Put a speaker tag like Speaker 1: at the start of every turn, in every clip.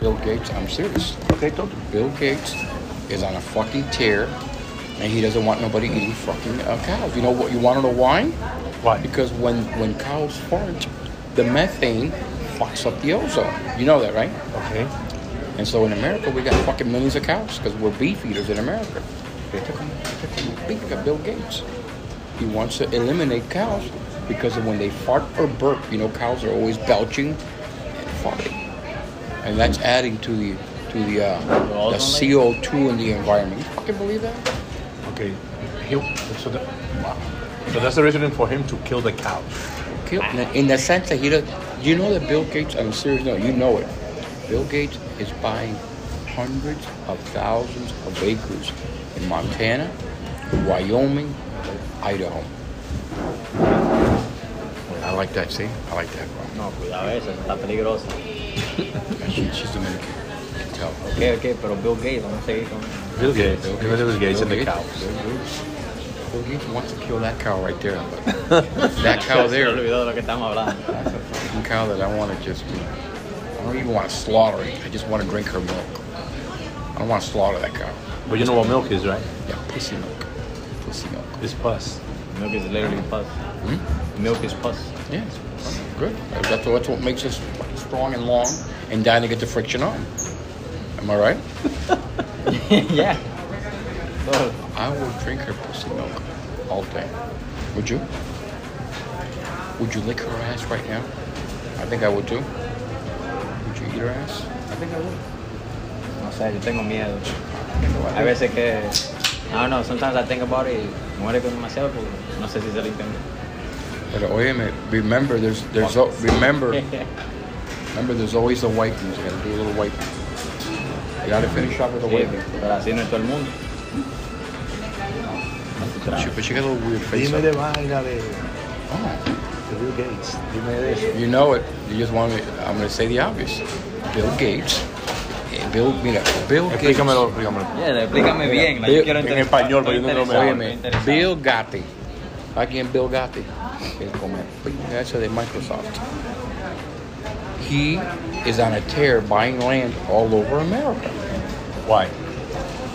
Speaker 1: Bill Gates, I'm serious.
Speaker 2: Okay, told you.
Speaker 1: Bill Gates is on a fucking tear, and he doesn't want nobody eating fucking uh, cows. You know what? You want to know why?
Speaker 2: Why?
Speaker 1: Because when when cows fart, the methane fucks up the ozone. You know that, right?
Speaker 2: Okay.
Speaker 1: And so in America, we got fucking millions of cows because we're beef eaters in America. They took them, took them think of Bill Gates. He wants to eliminate cows because of when they fart or burp, you know, cows are always belching and farting. And that's adding to the to the, uh, the CO2 in the environment. You fucking believe that?
Speaker 2: Okay. He, so, that, wow. so that's the reason for him to kill the cow.
Speaker 1: Kill- In the sense that he does, you know that Bill Gates, I'm serious, no, you know it. Bill Gates is buying hundreds of thousands of acres in Montana, Wyoming, Idaho. I like that, see? I like that, bro.
Speaker 3: No, cuidado eso, está peligroso.
Speaker 1: She- she's Dominican. You can tell.
Speaker 3: Ok, ok, pero Bill Gates, vamos a seguir con...
Speaker 2: Bill Gates.
Speaker 1: Bill
Speaker 2: Bill Gates, and the
Speaker 1: Bill
Speaker 2: cow.
Speaker 1: Gates, Bill Gates. Bill Gates wants to kill that cow right there. but that cow
Speaker 3: Se me
Speaker 1: there.
Speaker 3: olvidó de lo que estamos hablando.
Speaker 1: That's a fucking cow that I want to just, you know, I don't even want to slaughter it. I just want to drink her milk. I don't want to slaughter that cow.
Speaker 2: But you know what milk is, right?
Speaker 1: Yeah, pussy milk. Pussy milk.
Speaker 2: It's pus.
Speaker 3: Milk is literally pus. Milk is pus.
Speaker 1: Yeah, it's fucking good. That's, that's what makes us strong and long and down to get the friction on. Am I right?
Speaker 3: yeah. So,
Speaker 1: I will drink her pussy milk all day. Would you? Would you lick her ass right now? I think I would too. Would you eat her ass? I think I would.
Speaker 3: no sé, yo tengo miedo.
Speaker 1: I
Speaker 3: Hay veces que... I don't know, sometimes I think about it y muere con demasiado porque no sé si se lo intento.
Speaker 1: Pero óyeme, remember there's there's al- remember remember there's always the white things. You gotta do a little white. You gotta finish up with the
Speaker 3: Sí,
Speaker 1: white. thing.
Speaker 3: pero así no es todo el mundo.
Speaker 1: She, but she got a little weird face.
Speaker 2: Dime de
Speaker 1: up.
Speaker 2: vaina de,
Speaker 1: Oh,
Speaker 2: de Bill Gates. Dime de eso.
Speaker 1: you know it. You just want me. I'm gonna say the obvious. Bill Gates. Eh, Bill, mira, Bill Gates.
Speaker 2: Explícamelo, explícamelo.
Speaker 3: Yeah, explícame bien. like,
Speaker 1: Bill-
Speaker 3: yo quiero
Speaker 2: en
Speaker 3: entender-
Speaker 2: español, pero yo no lo veo.
Speaker 3: estoy interesado,
Speaker 1: Óyeme,
Speaker 3: estoy interesado.
Speaker 1: Bill Gates. Aquí en Bill Gates. Es como pinga esa de Microsoft. He is on a tear buying land all over America.
Speaker 2: Why?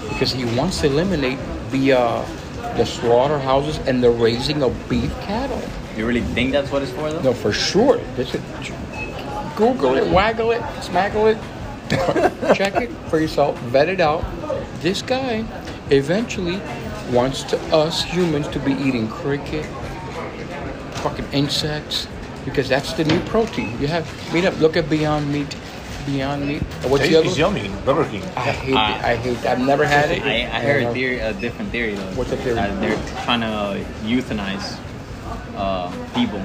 Speaker 1: because he wants to eliminate the uh, the slaughterhouses and the raising of beef cattle.
Speaker 3: You really think that's what it's for, though?
Speaker 1: No, for sure. This is, Google it, waggle it, smaggle it, check it for yourself, vet it out. This guy eventually wants to us humans to be eating cricket, fucking insects, because that's the new protein. You have meat up. Look at Beyond Meat. Beyond Meat. What's the other?
Speaker 2: It's
Speaker 1: one?
Speaker 2: yummy. Burger King.
Speaker 1: I hate it. I hate. I've never had it.
Speaker 3: I, I heard a, theory, a different theory, though.
Speaker 1: What's the theory?
Speaker 3: Uh, they're trying to euthanize uh, people.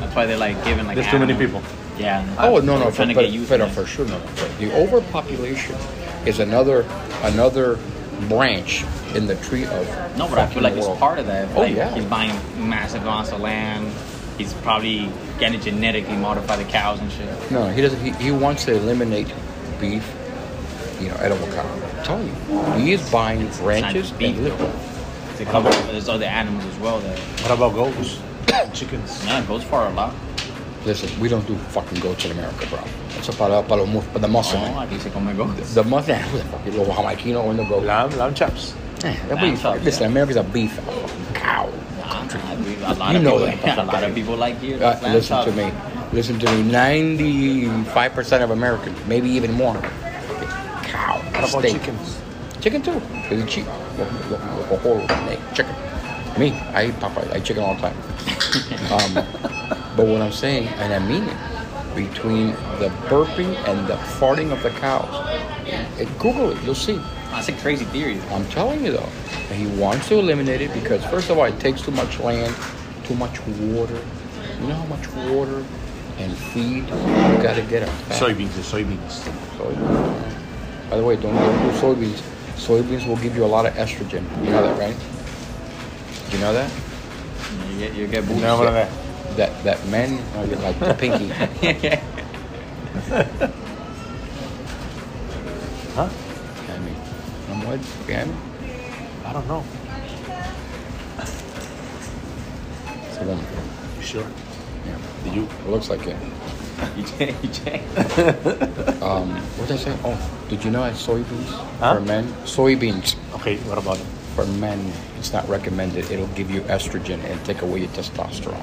Speaker 3: That's why they're like giving like.
Speaker 2: There's too many
Speaker 3: animals.
Speaker 2: people.
Speaker 3: Yeah.
Speaker 1: Oh
Speaker 3: that's-
Speaker 1: no
Speaker 3: they're
Speaker 1: no, for,
Speaker 3: trying
Speaker 1: but,
Speaker 3: to get
Speaker 1: but no,
Speaker 3: euthanized.
Speaker 1: for sure no. no. But the overpopulation is another another branch in the tree of
Speaker 3: No, but I feel like
Speaker 1: fucking
Speaker 3: it's
Speaker 1: world.
Speaker 3: part of that.
Speaker 1: Oh,
Speaker 3: Like,
Speaker 1: yeah.
Speaker 3: He's buying massive amounts of land. He's probably gonna genetically modify the cows and shit.
Speaker 1: No, he doesn't. He, he wants to eliminate beef, you know, edible cow. I'm telling you, he is buying branches
Speaker 3: Not
Speaker 1: and liver.
Speaker 3: To cover, there's other animals as well that.
Speaker 2: What about goats? Chickens.
Speaker 3: Yeah, it goes far a lot.
Speaker 1: Listen, we don't do fucking goats in America, bro. That's para para los mus- para the
Speaker 3: No,
Speaker 1: Muslim.
Speaker 3: aquí se come goats.
Speaker 1: The Muslim, who the fuck is los jamaicanos and the goat?
Speaker 2: Lamb, lamb chops.
Speaker 1: Eh, that we-
Speaker 3: Nah,
Speaker 1: listen,
Speaker 3: yeah.
Speaker 1: America's a beef a fucking cow.
Speaker 3: Nah, nah, we- a lot
Speaker 1: You
Speaker 3: of
Speaker 1: know
Speaker 3: people,
Speaker 1: that.
Speaker 3: a lot of people like you.
Speaker 1: Uh, listen to me. Listen to me. Ninety-five percent of Americans, maybe even more, it's cow,
Speaker 2: What about
Speaker 1: steak,
Speaker 2: chickens?
Speaker 1: chicken too. It's cheap. Look, look, look, a whole neck, chicken. Me, I eat Popeye. I eat chicken all the time. um, but what I'm saying, and I mean it, between the burping and the farting of the cows, it, Google it. You'll see.
Speaker 3: That's a crazy theory.
Speaker 1: I'm telling you though, and he wants to eliminate it because first of all, it takes too much land, too much water. You know how much water and feed you gotta get up.
Speaker 2: Soybeans. the Soybeans.
Speaker 1: By the way, don't don't do soybeans. Soybeans will give you a lot of estrogen. You know that, right? You know that?
Speaker 3: You get, you get
Speaker 2: No,
Speaker 3: boobs.
Speaker 2: but that.
Speaker 1: That that men are like the pinky.
Speaker 2: Huh?
Speaker 1: I mean, I'm what? Yeah.
Speaker 2: I don't know.
Speaker 1: It's a woman.
Speaker 2: You sure?
Speaker 1: Yeah.
Speaker 2: Did you?
Speaker 1: It looks like it.
Speaker 3: You check, you check.
Speaker 1: Um, what did I say? Oh, did you know I had soybeans
Speaker 2: Huh?
Speaker 1: for men? Soybeans
Speaker 2: Okay, what about it?
Speaker 1: for men. It's not recommended. It'll give you estrogen and take away your testosterone.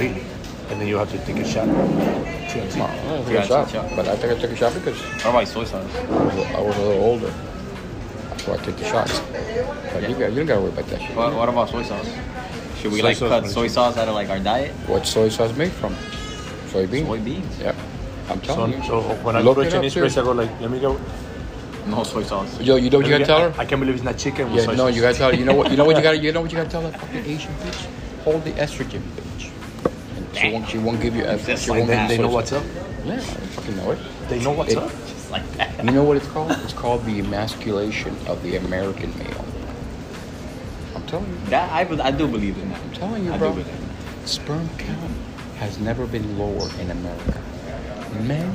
Speaker 2: Really? And then you have to take a shot.
Speaker 1: Well, I took
Speaker 3: Yeah,
Speaker 1: a shot,
Speaker 3: it's a shot.
Speaker 1: but I think I took a shot because
Speaker 3: What about soy sauce?
Speaker 1: I was a- I was a little older, so I took the shots. But you, got, you don't gotta worry about that shit.
Speaker 3: What, what about soy sauce? Should we
Speaker 2: Soy
Speaker 3: like
Speaker 2: sauce
Speaker 3: cut
Speaker 2: when
Speaker 3: soy
Speaker 2: it's-
Speaker 3: sauce out of like our diet?
Speaker 1: What's soy sauce made from? Soybean.
Speaker 3: Soybeans?
Speaker 1: Yep. I'm
Speaker 2: So,
Speaker 1: telling you.
Speaker 2: so when I
Speaker 1: Look
Speaker 2: go to
Speaker 1: it
Speaker 2: a
Speaker 1: up,
Speaker 2: Chinese
Speaker 1: dude.
Speaker 2: place, I go like, let me go.
Speaker 3: No soy sauce.
Speaker 1: Yo, you know what you
Speaker 2: let me
Speaker 1: gotta
Speaker 2: get-
Speaker 1: tell her?
Speaker 2: I, I can't believe it's not chicken. with
Speaker 1: Yeah,
Speaker 2: soy
Speaker 1: no,
Speaker 2: sauce.
Speaker 1: you gotta tell her. You know what? You know what you gotta. You know what you gotta tell that fucking Asian bitch. Hold the estrogen, bitch. And she won't. She won't give you estrogen.
Speaker 3: Just
Speaker 1: She
Speaker 3: like
Speaker 1: won't
Speaker 2: They,
Speaker 1: give
Speaker 2: they
Speaker 1: you
Speaker 2: know
Speaker 1: soy
Speaker 2: what's up.
Speaker 1: sauce. Yeah, I fucking know it.
Speaker 2: They know what's
Speaker 1: It-
Speaker 2: up.
Speaker 3: Just like that.
Speaker 1: You know what it's called? It's called the emasculation of the American male. I'm telling you.
Speaker 3: That I, be- I do believe in that.
Speaker 1: I'm telling you,
Speaker 3: I
Speaker 1: bro.
Speaker 3: Do believe in that.
Speaker 1: Sperm count has never been lower in America. Men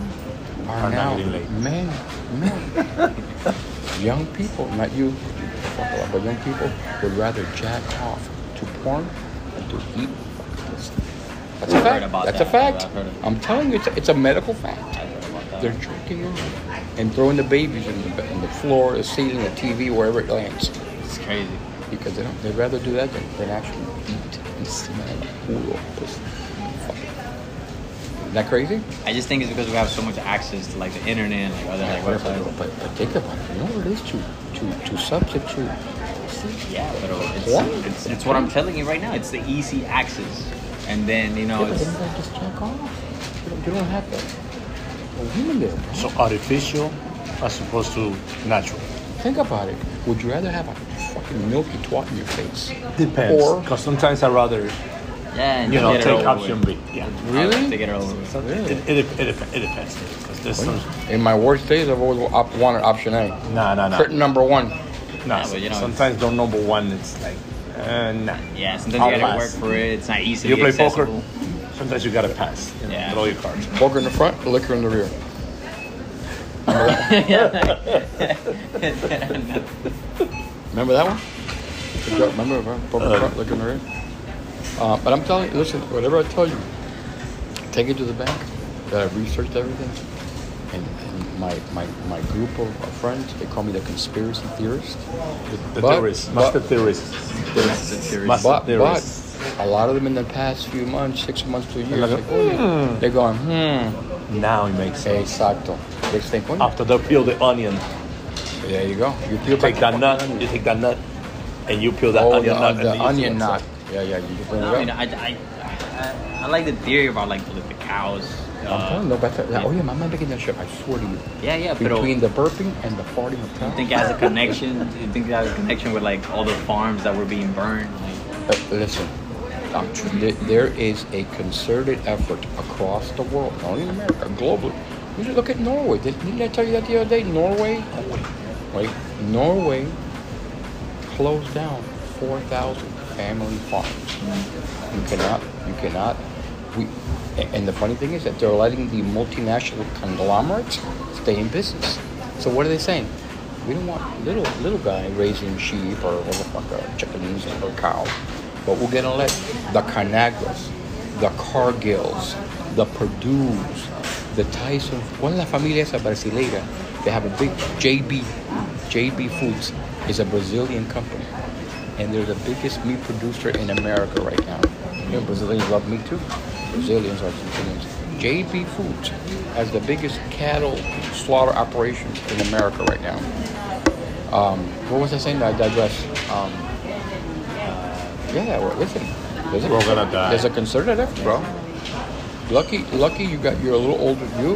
Speaker 1: are,
Speaker 2: Are not
Speaker 1: now
Speaker 2: getting laid.
Speaker 1: men, men, young people, not you, fuck a lot, but young people would rather jack off to porn than to eat. That's a
Speaker 3: I've heard
Speaker 1: fact.
Speaker 3: about
Speaker 1: That's a
Speaker 3: that.
Speaker 1: fact.
Speaker 3: I've heard of it.
Speaker 1: I'm telling you, it's a, it's a medical fact.
Speaker 3: I don't know about that.
Speaker 1: They're jerking off and throwing the babies in the, in the floor, the ceiling, the TV, wherever it lands.
Speaker 3: It's crazy.
Speaker 1: Because they don't, they'd rather do that than, than actually eat and smell puro. Just fuck it. Isn't that crazy?
Speaker 3: I just think it's because we have so much access to like the internet and like other like
Speaker 1: but,
Speaker 3: websites.
Speaker 1: but, but think about it. You know what it is to, to, to substitute.
Speaker 3: Yeah, but it's,
Speaker 1: What?
Speaker 3: it's it's what I'm telling you right now. It's the easy access, and then you know
Speaker 1: yeah,
Speaker 3: it's
Speaker 1: but then just check off. You don't, you don't have to. A woman there, bro.
Speaker 2: So artificial as opposed to natural.
Speaker 1: Think about it. Would you rather have a fucking milky twat in your face?
Speaker 2: Depends.
Speaker 1: Or-
Speaker 2: Because sometimes I rather,
Speaker 3: yeah, and
Speaker 2: you know,
Speaker 3: get it
Speaker 2: take
Speaker 3: over
Speaker 2: option
Speaker 3: with.
Speaker 2: B. Yeah.
Speaker 1: Really?
Speaker 3: To get it over with.
Speaker 2: So
Speaker 1: Really?
Speaker 2: It, it, it, dep- it depends. 'Cause there's some.
Speaker 1: In my worst days, I've always op- wanted option A.
Speaker 2: Nah, nah, nah.
Speaker 1: Curtain number one.
Speaker 2: Nah,
Speaker 3: Yeah, but you know,
Speaker 2: sometimes the number one, it's like, uh, nah.
Speaker 3: Yeah, sometimes you gotta work
Speaker 2: Outlast.
Speaker 3: for it. It's not easy.
Speaker 2: You play
Speaker 3: accessible.
Speaker 2: poker. Sometimes you gotta pass. You know,
Speaker 3: Yeah.
Speaker 2: Throw your cards.
Speaker 1: Poker in the front, liquor in the rear. Remember that one? The joke, Remember, bro? Poker in the front, liquor in the rear. Uh, but I'm telling you, listen, whatever I tell you, take it to the bank. That I've researched everything. And, and my, my, my group of of friends, they call me the conspiracy theorist.
Speaker 2: The
Speaker 1: But-
Speaker 2: theorists,
Speaker 1: but-
Speaker 2: master theorists.
Speaker 3: That's the theory.
Speaker 2: Must-
Speaker 1: But, but
Speaker 2: theorists.
Speaker 1: a lot of them in the past few months, six months to a year,
Speaker 2: Like,
Speaker 1: like, "Oh, they're going, hmm,
Speaker 2: Now it makes sense. Ah.
Speaker 1: exacto. They think, "Coño,
Speaker 2: After they peel the onion,
Speaker 1: There you go. You peel
Speaker 2: you take
Speaker 1: back
Speaker 2: that
Speaker 1: the
Speaker 2: nut,
Speaker 1: fucking
Speaker 2: you take that nut, and you peel that
Speaker 1: oh,
Speaker 2: onion
Speaker 1: the,
Speaker 2: nut.
Speaker 1: the
Speaker 2: and then you
Speaker 1: onion
Speaker 2: see what's
Speaker 1: nut. Yeah, yeah. You bring
Speaker 3: No, I
Speaker 1: it
Speaker 3: mean,
Speaker 1: up.
Speaker 3: I, I, I, I like the theory about like the, the cows.
Speaker 1: I'm
Speaker 3: Uh,
Speaker 1: telling you, but that, oh yeah, my man making that shit. I swear to you.
Speaker 3: yeah, yeah, but
Speaker 1: Between
Speaker 3: you
Speaker 1: the burping and the farting of cows.
Speaker 3: think it has a connection? you think it has a connection with like all the farms that were being burned? Like,
Speaker 1: Uh, listen, I'm tr- th- there is a concerted effort across the world, not only in America, globally. You just look at Norway. Did- Didn't I tell you that the other day? Norway, wait, Norway closed down 4,000 family farms. You cannot, you cannot. We, a- and the funny thing is that they're letting the multinational conglomerates stay in business. So what are they saying? We don't want little little guy raising sheep or what the fuck, uh, chickens or cows, but we're gonna let the Canagras, the Cargills, the Purdue's, the Tyson. One de las familias esa brasileira, they have a big JB, JB Foods is a Brazilian company and they're the biggest meat producer in America right now. You know, Brazilians love meat too. Brazilians, Argentinians. JB Foods has the biggest cattle slaughter operation in America right now. Um, what was I saying? I digress. Um, uh, yeah, well, listen. There's a,
Speaker 2: We're gonna die.
Speaker 1: There's a concerted effort, bro. Lucky, lucky you got. You're a little older than you.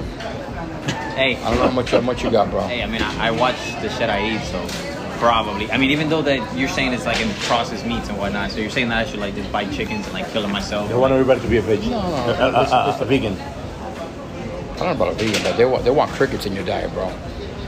Speaker 3: hey,
Speaker 1: I don't know how much how much you got, bro.
Speaker 3: Hey, I mean, I, I watch the shit I eat, so probably. I mean, even though that you're saying it's like in processed meats and whatnot, so you're saying that I should like just buy chickens and like kill them myself.
Speaker 2: They want everybody to be a veg.
Speaker 1: No, no,
Speaker 2: Uh,
Speaker 1: no,
Speaker 2: uh,
Speaker 1: listen,
Speaker 2: uh, a vegan.
Speaker 1: I don't know about a vegan, but they want they want crickets in your diet, bro.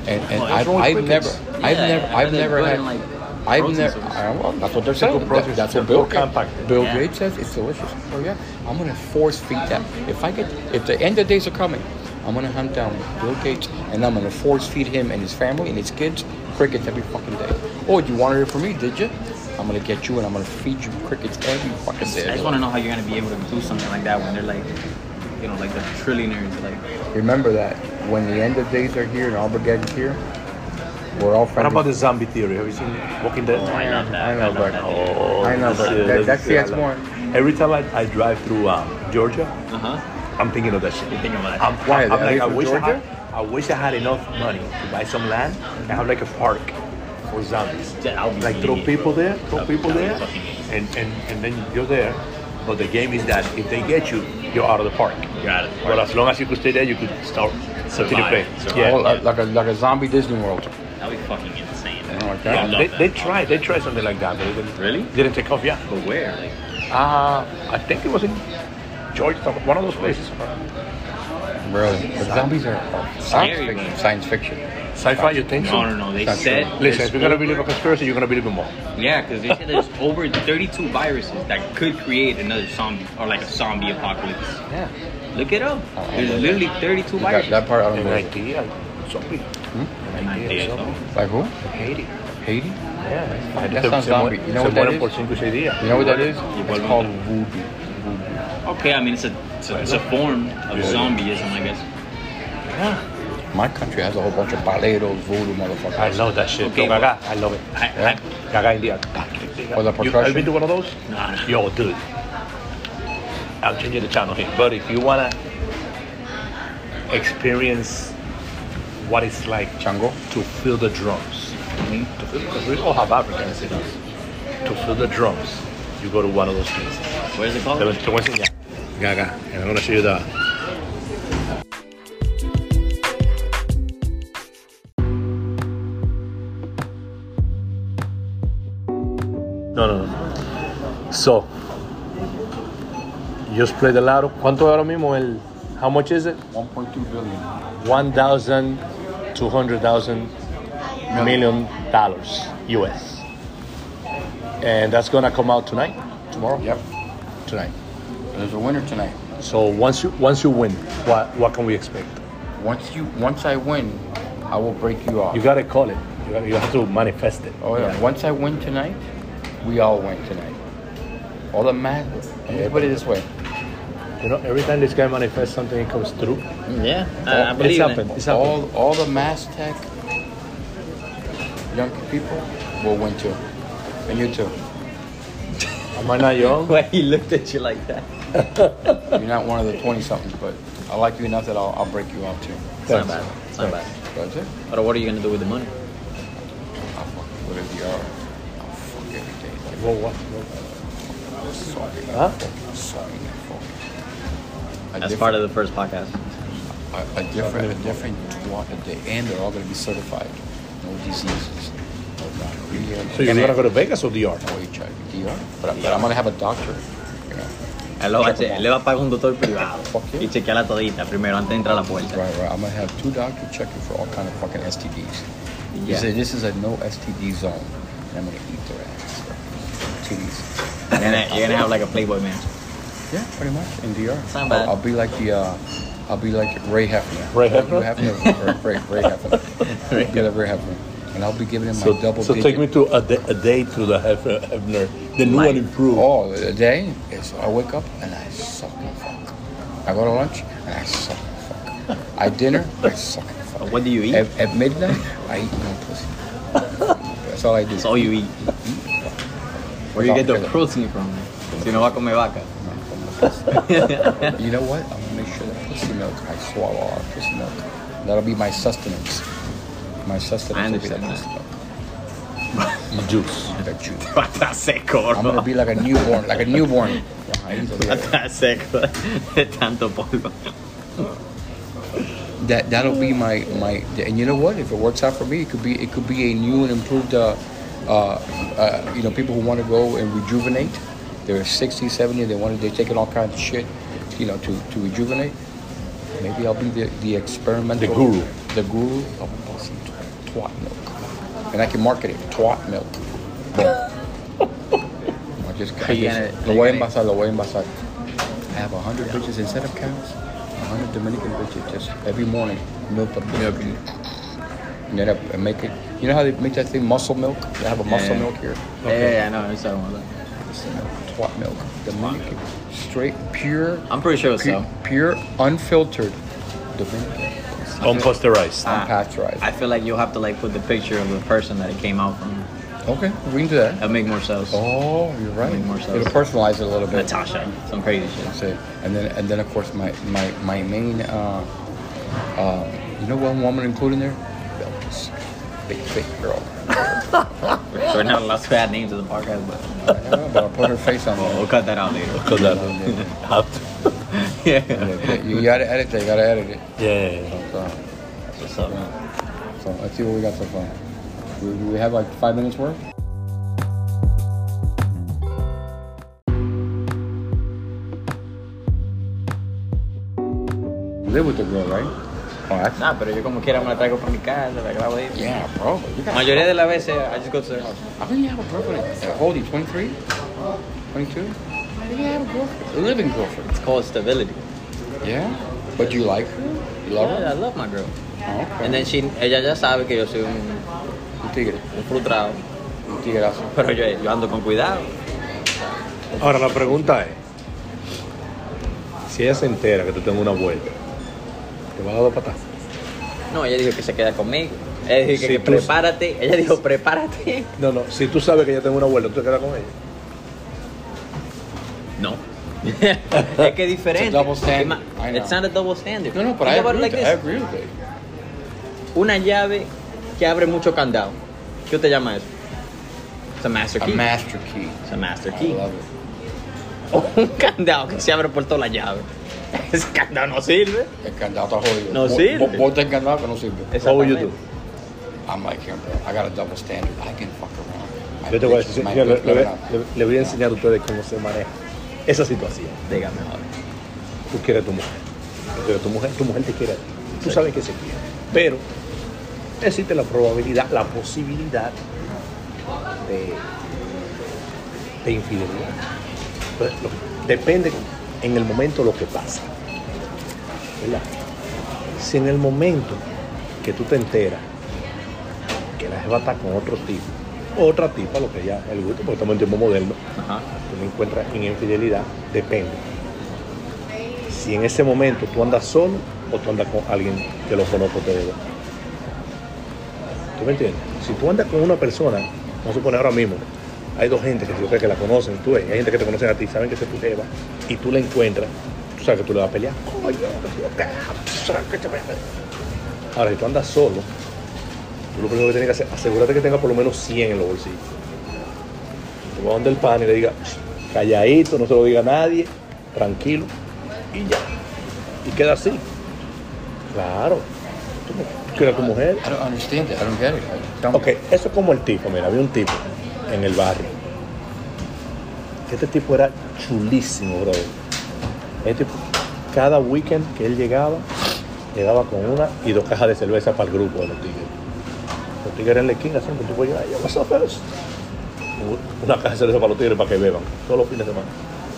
Speaker 1: And and
Speaker 3: Oh,
Speaker 2: Well,
Speaker 1: I've,
Speaker 2: it's
Speaker 1: I've never,
Speaker 2: crickets.
Speaker 1: I've
Speaker 3: Yeah,
Speaker 1: never,
Speaker 3: and
Speaker 1: I've
Speaker 3: they're
Speaker 1: never
Speaker 3: good
Speaker 1: had.
Speaker 3: in, like,
Speaker 1: I've
Speaker 3: protein
Speaker 1: never.
Speaker 3: sources.
Speaker 1: I don't know, that's what they're
Speaker 2: Simple
Speaker 1: saying.
Speaker 2: protein,
Speaker 1: that's what
Speaker 2: they're
Speaker 1: Bill
Speaker 2: more
Speaker 1: Gates.
Speaker 2: compact.
Speaker 1: Bill
Speaker 3: Yeah.
Speaker 1: Gates says it's delicious. Oh yeah, I'm gonna force feed that. If I get, if the end of days are coming, I'm gonna hunt down Bill Gates and I'm gonna force feed him and his family and his kids crickets every fucking day. Oh, you wanted it for me, did you? I'm gonna get you and I'm gonna feed you crickets every fucking
Speaker 3: I
Speaker 1: day.
Speaker 3: just want to know how you're gonna be able to do something like that when they're like, you know, like the trillionaires, like
Speaker 1: Remember that when the end of days are here and Armageddon's here, we're all
Speaker 2: What
Speaker 1: friends.
Speaker 2: about the zombie theory? Have you seen Walking Dead?
Speaker 3: I love that.
Speaker 1: I know,
Speaker 3: love
Speaker 1: but-
Speaker 3: that.
Speaker 2: Oh,
Speaker 1: I know,
Speaker 2: this
Speaker 1: but
Speaker 2: is-
Speaker 1: that-
Speaker 2: this
Speaker 1: that's
Speaker 2: is-
Speaker 1: the
Speaker 2: I
Speaker 1: X
Speaker 2: love-
Speaker 1: one.
Speaker 2: Every time I, I drive through um, Georgia,
Speaker 3: Uh-huh.
Speaker 2: I'm thinking of that shit.
Speaker 3: You think about it.
Speaker 2: I'm,
Speaker 1: Why,
Speaker 2: I'm,
Speaker 1: are
Speaker 2: like,
Speaker 1: they
Speaker 2: I
Speaker 1: from
Speaker 2: wish I,
Speaker 1: Georgia?
Speaker 2: had, I wish I had enough money to buy some land and have like a park for zombies.
Speaker 3: That I'll be
Speaker 2: Like throw
Speaker 3: idiot,
Speaker 2: people
Speaker 3: bro.
Speaker 2: there, throw
Speaker 3: That'll be-
Speaker 2: people
Speaker 3: that'll be
Speaker 2: there,
Speaker 3: fucking
Speaker 2: and,
Speaker 3: idiot.
Speaker 2: and, and then you're there. But the game is that if they get you, you're out of the park.
Speaker 3: You're out of the
Speaker 2: But
Speaker 3: park.
Speaker 2: as long as you could stay there, you could start continue
Speaker 3: Survive,
Speaker 2: playing.
Speaker 3: survive.
Speaker 2: Yeah.
Speaker 1: Oh, like, like a like a zombie Disney World.
Speaker 3: That'd be fucking insane.
Speaker 1: Oh my God.
Speaker 3: I
Speaker 2: Yeah,
Speaker 3: love
Speaker 2: they,
Speaker 3: that.
Speaker 2: they tried. They tried something like that, but it didn't,
Speaker 3: Really?
Speaker 2: didn't take off. Yeah.
Speaker 3: But where? Like,
Speaker 2: Uh, I think it was in Georgetown, one of those places.
Speaker 1: Really? But zombies are, are science
Speaker 3: Scary,
Speaker 1: fiction.
Speaker 3: man.
Speaker 1: Science fiction.
Speaker 2: Sci-fi, you think so?
Speaker 3: no, no, no. They
Speaker 1: That's
Speaker 3: said.
Speaker 1: true.
Speaker 2: Listen,
Speaker 3: there's
Speaker 2: if you're gonna
Speaker 3: over-
Speaker 2: believe a conspiracy, you're gonna believe in more.
Speaker 3: Yeah, because they said there's over 32 viruses that could create another zombie or like a zombie apocalypse.
Speaker 1: Yeah.
Speaker 3: Look it up.
Speaker 1: Oh, I
Speaker 3: There's
Speaker 1: know that.
Speaker 3: literally 32
Speaker 1: That,
Speaker 3: viruses.
Speaker 1: that part I don't
Speaker 2: An
Speaker 1: know.
Speaker 2: idea, zombie.
Speaker 1: Hmm?
Speaker 2: An
Speaker 3: idea,
Speaker 2: idea,
Speaker 3: zombie.
Speaker 2: zombie.
Speaker 1: Like who?
Speaker 2: Haiti.
Speaker 1: Haiti?
Speaker 2: Yeah.
Speaker 1: That sounds zombie. You know what that is? You know what that is? It's
Speaker 3: vuelven-
Speaker 1: called voodoo.
Speaker 3: Okay, I mean it's a it's a, it's a form of
Speaker 2: Yeah.
Speaker 3: zombieism, I guess.
Speaker 1: My country has a whole bunch of paleros, voodoo motherfuckers.
Speaker 2: I love that shit.
Speaker 3: Okay,
Speaker 2: Yo, Gaga, I love it. Eh?
Speaker 3: I,
Speaker 1: Yeah.
Speaker 2: Gaga in the attack.
Speaker 1: Or Oh, the
Speaker 2: You, have you
Speaker 1: percussion.
Speaker 2: been to one of those?
Speaker 3: Nah, nah.
Speaker 2: Yo, dude. I'm changing the channel here. But if you wanna experience what it's like
Speaker 1: Chango?
Speaker 2: to feel the drums, hmm?
Speaker 3: I, mhm.
Speaker 2: to feel, because we all have Africans in us, to feel the drums, you go to one of those places.
Speaker 3: what is it called?
Speaker 2: Te, te voy a enseñar. Gaga, and I'm gonna show you the. No, no, no. So, just play the lado. ¿Cuánto es ahora mismo el? How much is it?
Speaker 1: 1.2 billion.
Speaker 2: One thousand, two hundred thousand million dollars US. And that's gonna come out tonight, tomorrow,
Speaker 1: Yep.
Speaker 2: tonight.
Speaker 1: There's a winner tonight.
Speaker 2: So once you once you win, what what can we expect?
Speaker 1: Once you, once I win, I will break you off.
Speaker 2: You gotta call it. You, gotta, you have to manifest it.
Speaker 1: Oh yeah. Once I win tonight, we all win tonight. All the math. Let me put it this way.
Speaker 2: You know, every time this guy manifests something, it comes through.
Speaker 3: Yeah, I, I believe
Speaker 2: Oh, it's
Speaker 3: in
Speaker 2: happened.
Speaker 3: it.
Speaker 2: It's happened.
Speaker 1: All all the mass tech young people will win too, and you too.
Speaker 2: Oh, Am I not young?
Speaker 3: Why he looked at you like that?
Speaker 1: You're not one of the twenty somethings, but I like you enough that I'll, I'll break you off too.
Speaker 3: It's
Speaker 2: Thanks.
Speaker 3: not bad. It's not bad.
Speaker 1: That's it.
Speaker 3: But what are you gonna do with the money?
Speaker 1: I'll fuck whatever you are. I'll fuck everything. Like,
Speaker 2: Well, what? what-
Speaker 1: sorry.
Speaker 2: Huh?
Speaker 1: Sorry. Fuck. A
Speaker 3: That's
Speaker 1: different-
Speaker 3: part of the first podcast.
Speaker 1: a, a different, a different twat at the end. They're all going to be certified. No diseases, no gonorrhea, no
Speaker 2: So you're gonna go to Vegas or DR?
Speaker 1: no HIV, DR. But, I- but I'm going to have a doctor. You know,
Speaker 3: Él lo va a che- le va a pagar un doctor privado
Speaker 1: Fuck you.
Speaker 3: y chequearla todita primero antes de entrar a la puerta.
Speaker 1: right, right. I'm going to have two doctors checking for all kind of fucking STDs. You
Speaker 3: Yeah.
Speaker 1: say this is a no STD zone, and I'm going to eat their ass. Titties.
Speaker 3: And then you're gonna have like a Playboy man.
Speaker 1: Yeah, pretty much in DR.
Speaker 3: Not bad.
Speaker 1: I'll, I'll be like the. Uh, I'll be like Ray Hefner.
Speaker 2: Ray
Speaker 1: You
Speaker 2: Hefner?
Speaker 1: Hefner Ray, Ray, Ray Hefner. I'll be like Ray Hefner. And I'll be giving him my double
Speaker 2: so
Speaker 1: digit.
Speaker 2: take me to a, day a day through the Hefner, Hefner the new
Speaker 3: Mike.
Speaker 2: and improved.
Speaker 1: Oh, the day is I wake up and I suck and fuck. I go to lunch and I suck and fuck. I dinner, I suck and fuck.
Speaker 3: What do you eat?
Speaker 1: At, at midnight, I eat no pussy. That's all I do.
Speaker 3: That's all you eat. Where do you get the
Speaker 1: Doctor.
Speaker 3: protein from? Si no va a comer vaca.
Speaker 1: You know what? I'm gonna make sure that pussy milk, I swallow all that pussy milk. That'll be my sustenance. My
Speaker 3: I
Speaker 1: sustenance will be that
Speaker 3: understand
Speaker 1: pussy milk.
Speaker 2: Juice.
Speaker 1: That juice.
Speaker 3: Está seco,
Speaker 1: I'm gonna
Speaker 3: bro.
Speaker 1: be like a newborn, like a newborn. I eat that.
Speaker 3: Está seco. De tanto polvo.
Speaker 1: that that'll be my my and you know what if it works out for me it could be it could be a new and improved uh, uh, uh, you know people who want to go and rejuvenate they're 60 70 they want to they're taking all kinds of shit you know to, to rejuvenate maybe I'll be the, the experimental
Speaker 2: The guru.
Speaker 1: the guru of awesome tw- twat milk and I can market it twat milk boom I just I
Speaker 3: Are you
Speaker 1: just-
Speaker 3: gonna-
Speaker 1: lo
Speaker 3: are
Speaker 1: voy
Speaker 3: you
Speaker 1: a
Speaker 3: gonna-
Speaker 1: envasar lo voy a envasar I have a hundred bitches instead of cows. A hundred Dominican bitches just every morning milk the milk and and then I make it. You know how they make that thing muscle milk? They have a muscle
Speaker 3: yeah.
Speaker 1: milk here.
Speaker 3: Yeah, yeah, yeah, I know. It's so much.
Speaker 1: It's milk. squat milk. Dominican, straight, pure,
Speaker 3: I'm pretty sure
Speaker 1: pu-
Speaker 3: so.
Speaker 1: pure, unfiltered Dominican,
Speaker 2: Unpasteurized.
Speaker 3: Ah,
Speaker 1: unpasteurized.
Speaker 3: I feel like you'll have to like put the picture of the person that it came out from.
Speaker 1: okay, we can do that.
Speaker 3: That'll make more sales.
Speaker 1: Oh, you're right.
Speaker 3: Make more sense.
Speaker 1: It'll personalize it a little bit.
Speaker 3: Natasha, some crazy shit.
Speaker 1: Say- And then, and then of course, my my my main, uh, uh, you know, one woman included in there, Belkis, big big girl.
Speaker 3: We're not allowed to add names to the podcast, but
Speaker 1: I don't know, but I'll put her face on
Speaker 3: we'll
Speaker 1: there.
Speaker 3: cut that out later.
Speaker 2: Cut that out. Have to-
Speaker 3: yeah.
Speaker 1: You gotta edit that. You gotta edit it.
Speaker 2: Yeah, yeah, yeah.
Speaker 1: So,
Speaker 3: What's up, man?
Speaker 1: so let's see what we got so far. We, we have like five minutes worth. Live with the girl, right? Oh, that's,
Speaker 3: Nah, pero yo como quiera me la traigo para mi casa, la grabo ahí.
Speaker 1: yeah, bro. You gotta
Speaker 3: Mayoría de las veces, I just go to their house.
Speaker 1: How can you have a girlfriend at Holdy, 23? 22? How can you have a girlfriend? A living girlfriend.
Speaker 3: It's called stability.
Speaker 1: Yeah? But you like her? You love
Speaker 3: Yeah,
Speaker 1: her?
Speaker 3: I love my girl.
Speaker 1: Oh, okay.
Speaker 3: And then she, ella ya sabe que yo soy un,
Speaker 1: Un tigre.
Speaker 3: un frustrado,
Speaker 1: Un tigrazo.
Speaker 3: pero yo, yo ando con cuidado.
Speaker 2: Ahora la pregunta es, si ella se entera que tú tengo una vuelta, ¿te va a dar dos patas?
Speaker 3: No, ella dijo que se queda conmigo. Ella dijo que,
Speaker 2: Sí,
Speaker 3: que
Speaker 2: tú-
Speaker 3: prepárate. Ella dijo prepárate.
Speaker 2: No, no, si tú sabes que ella tengo una vuelta, ¿tú te quedas con ella?
Speaker 3: No. es que es diferente.
Speaker 1: It's a double standard.
Speaker 3: Ima-
Speaker 1: I know.
Speaker 3: It's not a double standard.
Speaker 1: No, no, but I
Speaker 3: Think about
Speaker 1: agree, with
Speaker 3: it like
Speaker 1: it. I
Speaker 3: this.
Speaker 1: agree with it.
Speaker 3: Una llave que abre mucho candado. ¿Qué te llama eso? It's a master
Speaker 1: A
Speaker 3: key.
Speaker 1: master key.
Speaker 3: It's a master
Speaker 1: I
Speaker 3: key.
Speaker 1: love it.
Speaker 3: Un candado que se abre por toda la llave. Ese candado no sirve.
Speaker 1: El candado está jodido.
Speaker 3: No
Speaker 1: Bo-
Speaker 3: sirve.
Speaker 1: bo- Bota el candado que no sirve.
Speaker 2: What would you do?
Speaker 1: I'm like him, bro. I got a double standard. I can fuck around. My
Speaker 2: Yo te voy a
Speaker 1: bitch-
Speaker 2: decir,
Speaker 1: my
Speaker 2: yo le,
Speaker 1: bitch
Speaker 2: le voy
Speaker 1: love
Speaker 2: a- le- le voy a enseñar a ustedes cómo se maneja esa situación.
Speaker 3: Dígame ahora.
Speaker 2: Tú quieres a tu mujer, tú quieres a tu mujer, tu mujer te quiere a ti. Tú sabes que se quiere. Pero existe la probabilidad, la posibilidad de, de infidelidad. Entonces, lo- depende en el momento lo que pasa. ¿verdad? Si en el momento que tú te enteras que la jeva está con otro tipo, otra tipa, lo que ya el gusto, porque estamos en tiempo moderno,
Speaker 3: Ajá.
Speaker 2: tú me encuentras en infidelidad, depende. Si en ese momento tú andas solo o tú andas con alguien que lo conozco de verdad. ¿Tú me entiendes? Si tú andas con una persona, vamos a suponer ahora mismo, hay dos gente que, tú crees que la conocen, tú ves, hay gente que te conocen a ti, saben que se tu jeva, y tú la encuentras, tú sabes que tú le vas a pelear. Coño, que sí, que, tú sabes que te voy a pelear. Ahora, si tú andas solo, tú lo primero que tienes que hacer, asegúrate que tenga por lo menos 100 en los bolsillos. Tú vas donde el pan y le diga, "Shh, calladito, no se lo diga a nadie, tranquilo, y ya. Y queda así. Claro. Tú no quieres a tu mujer.
Speaker 1: it. I don't understand it. I don't get it. I don't
Speaker 2: Ok, eso es como el tipo, mira, había un tipo en el barrio. Este tipo era chulísimo, brother. Este tipo, cada weekend que él llegaba, llegaba con una y dos cajas de cerveza para el grupo de los tigres. Los tigres en la esquina, siempre el tipo llegaba, yo, what's up, fellas?" Una caja de cerveza para los tigres para que beban, todos los fines de semana.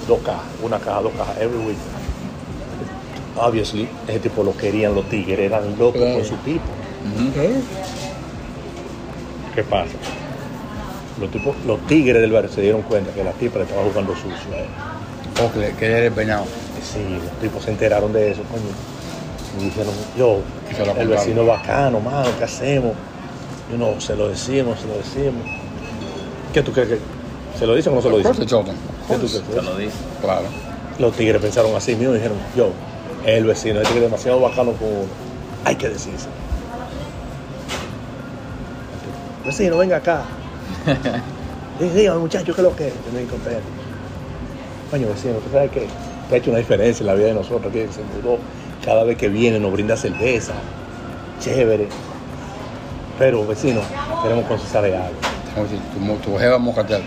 Speaker 2: Dos cajas, una caja, dos cajas, every week. Obviously, ese tipo lo querían los tigres, eran locos
Speaker 1: Claro.
Speaker 2: con su tipo. ¿Qué pasa? Los, tipos, los tigres del barrio se dieron cuenta que la tipa le estaba jugando sucio a él.
Speaker 1: Oh, que, que eres venado.
Speaker 2: Sí, los tipos se enteraron de eso, coño. Y dijeron, yo,
Speaker 1: Y se lo
Speaker 2: el
Speaker 1: contaron.
Speaker 2: vecino es bacano, mano, ¿qué hacemos? Yo no, se lo decimos, se lo decimos. ¿Qué tú crees que? ¿Se lo dicen o no se lo
Speaker 1: Of course
Speaker 2: dicen?
Speaker 1: they told them.
Speaker 2: ¿Qué tú crees?
Speaker 3: Te lo dice.
Speaker 1: Claro.
Speaker 2: Los tigres pensaron así mismo y dijeron, yo, el vecino, este que es demasiado bacano con uno. Hay que decirse. Vecino, venga acá. Dí- Dígame, muchacho, ¿qué es lo que es? Yo no comprendo. Coño, vecino, ¿tú sabes qué? Te ha hecho una diferencia en la vida de nosotros, que se mudó. Cada vez que viene nos brinda cerveza. Chévere. Pero, vecino, queremos confesarle algo.
Speaker 1: Vamos a decir, tu, mo- tu jeva mojatel.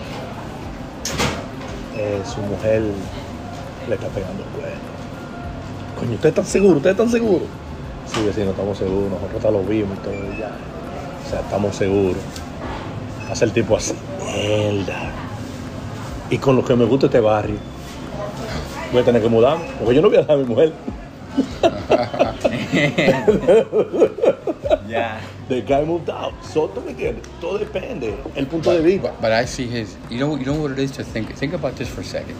Speaker 2: Eh, su mujer le está pegando el cuerno. Coño, ¿ustedes están seguros? ¿Ustedes están seguros? Sí, vecino, estamos seguros. Nosotros hasta lo vimos y todo y ya. O sea, estamos seguros. Hace el tipo así. Mierda. Y con lo que me gusta este barrio, voy a tener que mudarme. Porque yo no voy a dejar a mi mujer.
Speaker 3: Yeah.
Speaker 2: The guy moved out. So tú me entiendes. Todo depende. El punto de vista.
Speaker 1: But, but I see his. You know, you know what it is to think. Think about this for a second.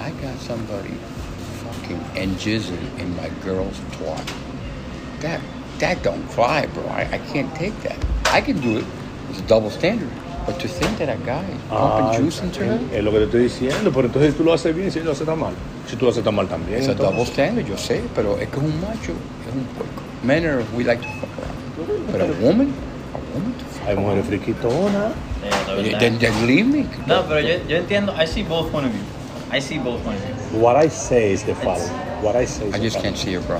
Speaker 1: I got somebody fucking and jizzing in my girl's twat. That that don't fly, bro. I, I can't take that. I can do it. It's a double standard. But to think that a guy
Speaker 2: Ah,
Speaker 1: pumping juice into her.
Speaker 2: Es lo que te estoy diciendo. Pero entonces tú lo haces bien si él lo hace tan mal. Si tú lo haces tan mal también.
Speaker 1: It's a
Speaker 2: entonces-
Speaker 1: double standard, yo sé, pero es que es un macho, es un puerco. Men are, we like to fuck around. But a woman, a woman to fuck
Speaker 2: Hay
Speaker 1: around.
Speaker 2: mujeres friquitonas.
Speaker 3: Yeah, Eh, la verdad.
Speaker 1: Then, then leave me.
Speaker 3: No, pero yo, yo entiendo. I see both point of view. I see both point of view.
Speaker 2: What I say is the following. What I say is
Speaker 1: I
Speaker 2: the
Speaker 1: just
Speaker 2: following.
Speaker 1: can't see it, bro.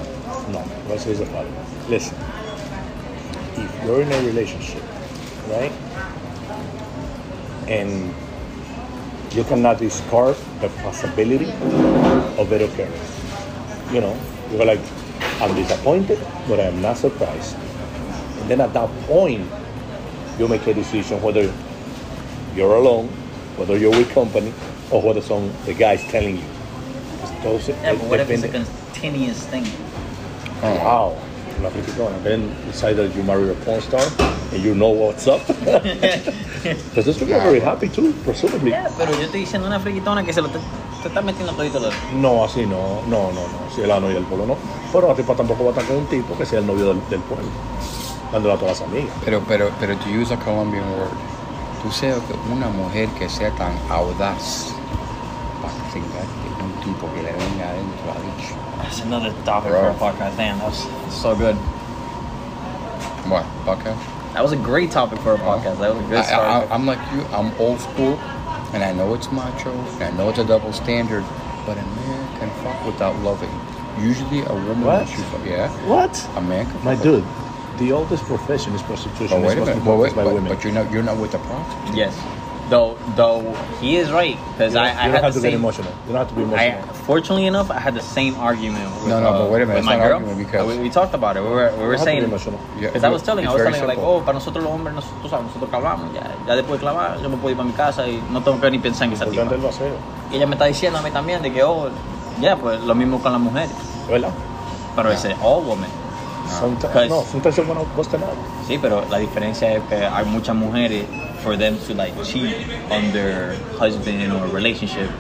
Speaker 2: No, what I say is the following. Listen, if you're in a relationship, right, and you cannot discard the possibility of better carriers, you know, you're like, I'm disappointed, but I'm not surprised. And then at that point, you make a decision whether you're alone, whether you're with company, or whether some the guy's telling you. Entonces,
Speaker 3: Yeah, but what if it's a
Speaker 2: depende-
Speaker 3: continuous thing?
Speaker 1: Oh,
Speaker 2: Wow. Una criticona. Then it's either you marry a porn star and you know what's up. Because this would be very happy too, presumably.
Speaker 3: Yeah, pero yo estoy diciendo una friquitona que se lo te, te está metiendo todito lo.
Speaker 2: No, así no, no, no, no. Si el ano y el polo no. Pero la tipa tampoco va a estar con un tipo que sea el novio del, del pueblo. Dándole a todas las amigas.
Speaker 1: Pero, pero, pero to use a Colombian word, tú seas que una mujer que sea tan audaz para cingarte un tipo que le venga adentro a dicho.
Speaker 3: That's another topic for
Speaker 1: Bro.
Speaker 3: a podcast. Damn, that was so good.
Speaker 1: What, Bucko?
Speaker 3: That was a great topic for a podcast. That was a
Speaker 1: I,
Speaker 3: good start.
Speaker 1: I, I'm like you. I'm old school, and I know it's macho, and I know it's a double standard. But a man can fuck without loving. Usually, a woman
Speaker 2: What?
Speaker 1: that you fuck, yeah,
Speaker 2: What?
Speaker 1: a man can.
Speaker 2: My
Speaker 1: fuck-
Speaker 2: dude, the oldest profession is prostitution.
Speaker 1: But
Speaker 2: It's
Speaker 1: wait a
Speaker 2: mostly
Speaker 1: minute. But, wait,
Speaker 2: practiced by
Speaker 1: but,
Speaker 2: women.
Speaker 1: but you're not. You're not with the prostitute.
Speaker 3: yes, though though he is right because
Speaker 2: you
Speaker 3: I,
Speaker 2: don't,
Speaker 3: I
Speaker 2: you don't
Speaker 3: had
Speaker 2: have
Speaker 3: the
Speaker 2: to get
Speaker 3: same-
Speaker 2: emotional. You don't have to be
Speaker 3: I,
Speaker 2: emotional.
Speaker 3: fortunately enough, I had the same argument. With,
Speaker 1: No, no,
Speaker 3: uh,
Speaker 1: but wait a minute,
Speaker 3: With
Speaker 1: it's not
Speaker 3: my
Speaker 1: an
Speaker 3: girl,
Speaker 1: argument because-
Speaker 3: we, we talked about it. We were, we were
Speaker 2: Not to be
Speaker 3: saying
Speaker 2: emotional.
Speaker 1: Yeah,
Speaker 3: Because I was telling,
Speaker 1: it's
Speaker 3: I was
Speaker 1: very
Speaker 3: telling her, like,
Speaker 1: simple.
Speaker 3: oh, para nosotros los hombres, nos- tú sabes, nosotros clavamos, ya, ya después de clavar, yo me puedo ir para mi casa y no tengo que ni pensar en esa tipa.
Speaker 2: Importante el vacío.
Speaker 3: Y ella me está diciendo a mí también de que, oh, ya, pues lo mismo con las mujeres.
Speaker 2: ¿Verdad?
Speaker 3: Pero ese all woman.
Speaker 2: Sometimes,
Speaker 3: Ah. Because-
Speaker 2: no, sometimes you're gonna bust them out.
Speaker 3: Sí, pero la diferencia es que hay muchas mujeres, for them to like cheat on their husband or relationship,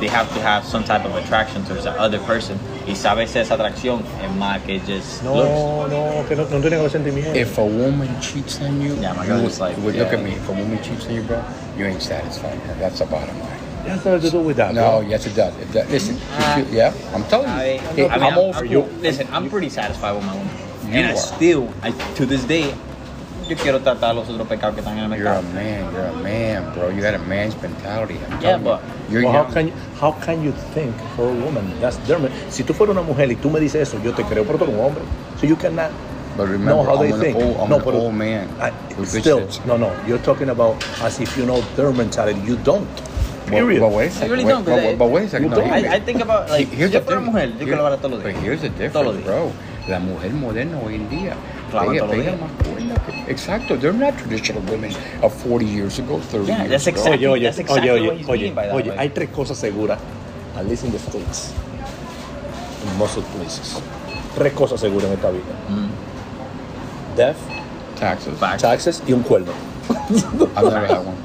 Speaker 3: they have to have some type of attraction towards the other person. Y sabes esa atracción es más que just
Speaker 2: No,
Speaker 3: looks.
Speaker 2: no, que no, no tiene que haber sentimiento.
Speaker 1: If a woman cheats on you,
Speaker 3: Yeah, my
Speaker 1: you
Speaker 3: girl
Speaker 1: would,
Speaker 3: is like,
Speaker 1: you would look
Speaker 3: yeah.
Speaker 1: at me. If a woman cheats on you, bro, you ain't satisfying her. That's the bottom line.
Speaker 2: It has nothing to do with that.
Speaker 1: No,
Speaker 2: bro.
Speaker 1: yes, it does. It does. Listen,
Speaker 3: Ah.
Speaker 1: you- yeah, I'm telling you.
Speaker 3: I, I
Speaker 1: Hey,
Speaker 3: mean,
Speaker 1: I'm old.
Speaker 3: I'm-
Speaker 1: school.
Speaker 3: Listen, I'm pretty satisfied with my woman.
Speaker 1: You
Speaker 3: and I
Speaker 1: are.
Speaker 3: still, I, to this day, yo quiero tratar los otros pecados que están en el
Speaker 1: You're a
Speaker 3: mercado.
Speaker 1: man. You're a man, bro. You had a man's mentality. I'm
Speaker 3: Yeah,
Speaker 1: telling
Speaker 3: but-
Speaker 1: you. you're
Speaker 2: Well,
Speaker 1: young.
Speaker 2: how can you, how can you think for a woman? That's their man- Si tú fueras una mujer y tú me dices eso, yo te creo, pero tú eres un hombre. So you cannot
Speaker 1: But remember,
Speaker 2: know
Speaker 1: I'm
Speaker 2: how they
Speaker 1: an
Speaker 2: think.
Speaker 1: old, I'm
Speaker 2: no,
Speaker 1: an
Speaker 2: but
Speaker 1: old man.
Speaker 2: I,
Speaker 1: with bitch
Speaker 2: still,
Speaker 1: tits.
Speaker 2: no, no. You're talking about as if you know their mentality. You don't. Period.
Speaker 1: But, but wait a second.
Speaker 3: really
Speaker 1: wait,
Speaker 3: don't,
Speaker 1: but,
Speaker 3: but I-
Speaker 1: but, wait a second.
Speaker 2: You
Speaker 1: No,
Speaker 2: don't.
Speaker 1: you-
Speaker 3: I, I think about, like,
Speaker 1: Here's
Speaker 3: yo
Speaker 1: the
Speaker 3: fuera
Speaker 1: thing.
Speaker 3: mujer, yo
Speaker 1: Here-
Speaker 3: quiero lavar todos los días.
Speaker 1: But here's the
Speaker 3: Todos los
Speaker 1: difference,
Speaker 3: días.
Speaker 1: bro. La mujer moderna hoy en día.
Speaker 3: Clavan
Speaker 1: pega-
Speaker 3: todos los
Speaker 1: pega
Speaker 3: días.
Speaker 1: más cuerda que- Exacto. They're not traditional women of 40 years ago, 30
Speaker 3: Yeah,
Speaker 1: years
Speaker 3: that's
Speaker 1: ago.
Speaker 3: exact-
Speaker 2: Oye, oye,
Speaker 3: That's exactly
Speaker 2: oye,
Speaker 3: what he's
Speaker 2: oye, oye,
Speaker 3: meaning by that,
Speaker 2: oye,
Speaker 3: like-
Speaker 2: hay tres cosas seguras, at least in the States, in most of the places. Tres cosas seguras en esta vida.
Speaker 3: Mm.
Speaker 2: Death,
Speaker 1: Taxes.
Speaker 3: Fact.
Speaker 2: taxes y un cuerno.
Speaker 1: I've never had one.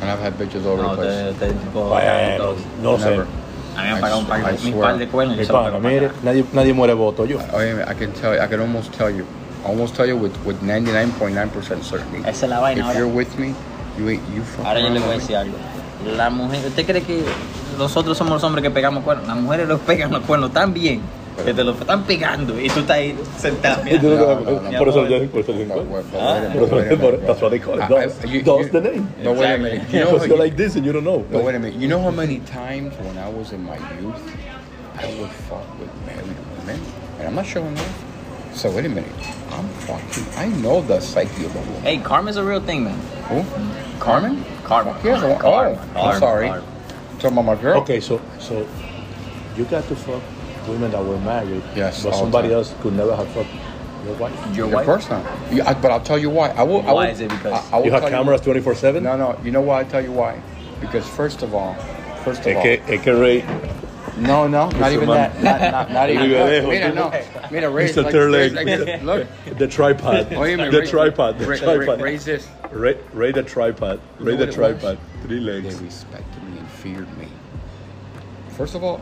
Speaker 1: And I've had bitches all over the
Speaker 3: No,
Speaker 1: place.
Speaker 3: te, te, tipo,
Speaker 2: Bueno, no sé.
Speaker 1: Never.
Speaker 3: A mí me han pagado un par,
Speaker 1: I
Speaker 3: de- un
Speaker 1: swear.
Speaker 3: par de cuernos. y
Speaker 2: Mi
Speaker 3: se lo
Speaker 2: pana,
Speaker 3: pego para
Speaker 2: mire,
Speaker 3: acá.
Speaker 2: nadie, nadie muere voto yo.
Speaker 1: Oh, yeah, I can tell you. I can almost tell you. Almost tell you with with 99.9% certainty.
Speaker 3: Esa es la vaina
Speaker 1: If you're
Speaker 3: ahora.
Speaker 1: with me, you ain't you fuck
Speaker 3: Ahora yo
Speaker 1: around
Speaker 3: le voy a
Speaker 1: with me.
Speaker 3: decir algo. La mujer, ¿usted cree que nosotros somos los hombres que pegamos cuernos? Las mujeres los pegan los cuernos tan bien que te los están pegando y tú estás ahí sentado. mira.
Speaker 1: No, no, no.
Speaker 2: Por eso le por eso le-
Speaker 1: But wait- but
Speaker 3: Ah.
Speaker 1: wait a minute, wait a
Speaker 2: But
Speaker 1: minute,
Speaker 2: that's
Speaker 1: bro.
Speaker 2: what they call it.
Speaker 1: I- I-
Speaker 2: Those-
Speaker 1: Ah, you-
Speaker 2: those
Speaker 1: you-
Speaker 2: the name.
Speaker 1: But wait a
Speaker 3: Exactly.
Speaker 1: minute. You know,
Speaker 2: Because you're
Speaker 1: you-
Speaker 2: like this and you don't know.
Speaker 1: but wait a minute. You know how many times when I was in my youth, I would fuck with married women, and I'm not showing off. So wait a minute. I'm fucking. I know the psyche of a woman.
Speaker 3: Hey, karma's a real thing, man.
Speaker 1: Who? Carmen?
Speaker 3: Karma.
Speaker 1: Yeah. the one-
Speaker 3: Karma,
Speaker 1: Oh,
Speaker 3: karma,
Speaker 1: I'm sorry.
Speaker 3: karma.
Speaker 1: Talking about my girl.
Speaker 2: Okay, so so you got to fuck women that were married.
Speaker 1: Yes,
Speaker 2: But
Speaker 1: all
Speaker 2: somebody
Speaker 1: the time.
Speaker 2: else could never have fucked your wife.
Speaker 3: Your
Speaker 1: Of
Speaker 3: wife?
Speaker 1: course not. You, I, but I'll tell you why. I will. I
Speaker 3: Why
Speaker 1: will,
Speaker 3: is it because-
Speaker 1: I, I will
Speaker 2: You have
Speaker 1: tell
Speaker 2: cameras 24 7?
Speaker 1: No, no. You know why? I tell you why. Because first of all, first of
Speaker 2: Es que,
Speaker 1: all,
Speaker 2: es que Ray
Speaker 1: No, no, not even
Speaker 3: mami.
Speaker 1: that. Not, not, not even.
Speaker 2: Digo,
Speaker 1: Look,
Speaker 2: dejo,
Speaker 1: mira,
Speaker 2: tú.
Speaker 1: no, mira, raise
Speaker 2: Mr.
Speaker 1: like,
Speaker 2: Third
Speaker 1: raise
Speaker 2: Leg.
Speaker 1: like this. Look,
Speaker 2: The tripod.
Speaker 1: oye,
Speaker 2: the tripod. The tripod.
Speaker 1: Raise this.
Speaker 2: Ray, Ray the tripod. Ray
Speaker 1: know
Speaker 2: the
Speaker 1: what it
Speaker 2: tripod. Three legs.
Speaker 1: They respected me and feared me. First of all,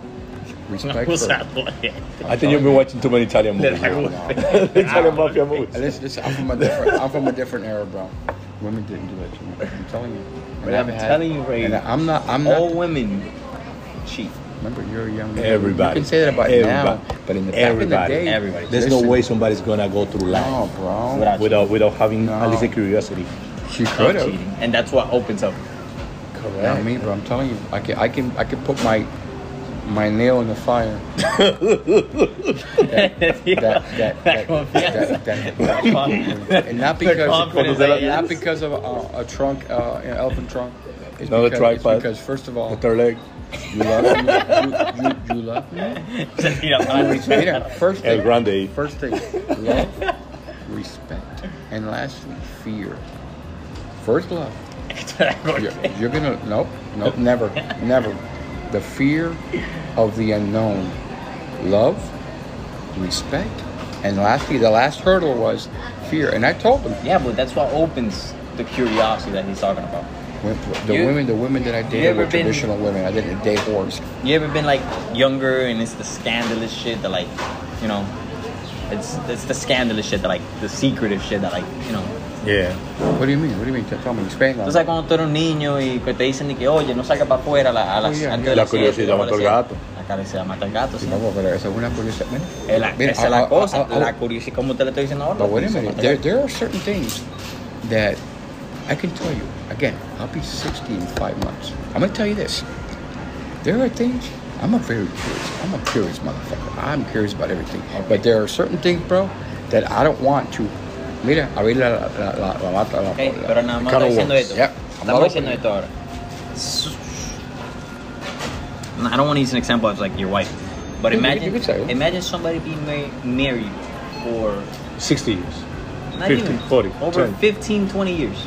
Speaker 1: respect.
Speaker 3: What's
Speaker 1: first.
Speaker 3: that like?
Speaker 2: I think you've been watching too many Italian movies. Italian mafia
Speaker 1: Uh,
Speaker 2: movies.
Speaker 1: Listen, listen, I'm from a different, I'm from a different era, bro. Women didn't do that to me. I'm telling you. And
Speaker 3: But
Speaker 1: I
Speaker 3: I'm
Speaker 1: had-
Speaker 3: telling you, Ray,
Speaker 1: and I'm not. I'm not.
Speaker 3: All women cheat.
Speaker 1: remember, you're a young. man.
Speaker 2: Everybody.
Speaker 1: You can say that about now,
Speaker 2: everybody.
Speaker 1: but in the back
Speaker 2: everybody.
Speaker 1: in the day,
Speaker 3: everybody.
Speaker 2: There's no way somebody's gonna go through life
Speaker 1: No, bro.
Speaker 3: Without-
Speaker 2: without without having at least a
Speaker 1: No.
Speaker 2: curiosity.
Speaker 1: she
Speaker 3: Love
Speaker 1: could have.
Speaker 3: cheating. And that's what opens up.
Speaker 1: Not
Speaker 2: Correct.
Speaker 1: me, bro. I'm telling you, I can, I can, I can put my my nail in the fire. That, that, that, that, that, and not because
Speaker 3: confidence that
Speaker 1: not
Speaker 3: is.
Speaker 1: because of a, a trunk, uh, an elephant trunk. It's
Speaker 2: Another
Speaker 1: because, it's
Speaker 2: tripod.
Speaker 1: because first of all,
Speaker 2: The third leg.
Speaker 1: you love me. You, you, you love me. Mira, first
Speaker 2: El
Speaker 1: thing,
Speaker 2: Grande.
Speaker 1: first thing, love, respect, and lastly, fear. First love, you're, you're gonna nope, nope, never, never. The fear of the unknown. Love, respect, and lastly, the last hurdle was fear. And I told them,
Speaker 3: yeah, but that's what opens the curiosity that he's talking about.
Speaker 1: when- the
Speaker 3: You-
Speaker 1: women, the women that I dated
Speaker 3: ever
Speaker 1: were
Speaker 3: been-
Speaker 1: traditional women. I didn't date whores.
Speaker 3: You ever been like younger and it's the scandalous shit that like, you know, it's it's the scandalous shit that like the secretive shit that like, you know.
Speaker 2: Yeah.
Speaker 1: What do you mean? What do you mean? Tell me, explain that.
Speaker 3: Tú sabes cuando tú eres un niño y que te dicen de que oye, no salgas para afuera a, la- a las
Speaker 1: Oye, mira.
Speaker 3: antes de
Speaker 2: La
Speaker 3: las siete,
Speaker 2: curiosidad
Speaker 3: luego a las
Speaker 2: mató al
Speaker 3: siete. La curiosidad mata al gato, sí.
Speaker 1: Vamos, pero esa es una curiosidad. Mira,
Speaker 3: Es la,
Speaker 1: mira,
Speaker 3: esa es
Speaker 1: ah,
Speaker 3: la
Speaker 1: ah,
Speaker 3: cosa,
Speaker 1: ah, ah,
Speaker 3: la curiosidad, como te lo estoy diciendo ahora.
Speaker 1: But wait a
Speaker 3: eso
Speaker 1: minute,
Speaker 3: mata
Speaker 1: there,
Speaker 3: al gato.
Speaker 1: there are certain things that I can tell you. Again, I'll be 60 in five months. I'm gonna tell you this. There are things, I'm a very curious, I'm a curious motherfucker. I'm curious about everything. But there are certain things, bro, that I don't want to. Mira, abrir la, la, la, la, lata, la,
Speaker 3: Ok,
Speaker 1: la-
Speaker 3: pero nada más
Speaker 2: Kind
Speaker 3: estoy
Speaker 2: of
Speaker 3: diciendo
Speaker 2: works.
Speaker 3: esto.
Speaker 1: Yep.
Speaker 3: Estamos diciendo esto ahora. I don't want to use an example of like your wife, but
Speaker 1: You can-
Speaker 3: imagine
Speaker 1: you can say it.
Speaker 3: imagine somebody being mar- married for
Speaker 2: 60 years.
Speaker 3: not
Speaker 2: 50,
Speaker 3: even
Speaker 2: 40,
Speaker 3: over
Speaker 2: 10.
Speaker 3: 15, 20 years.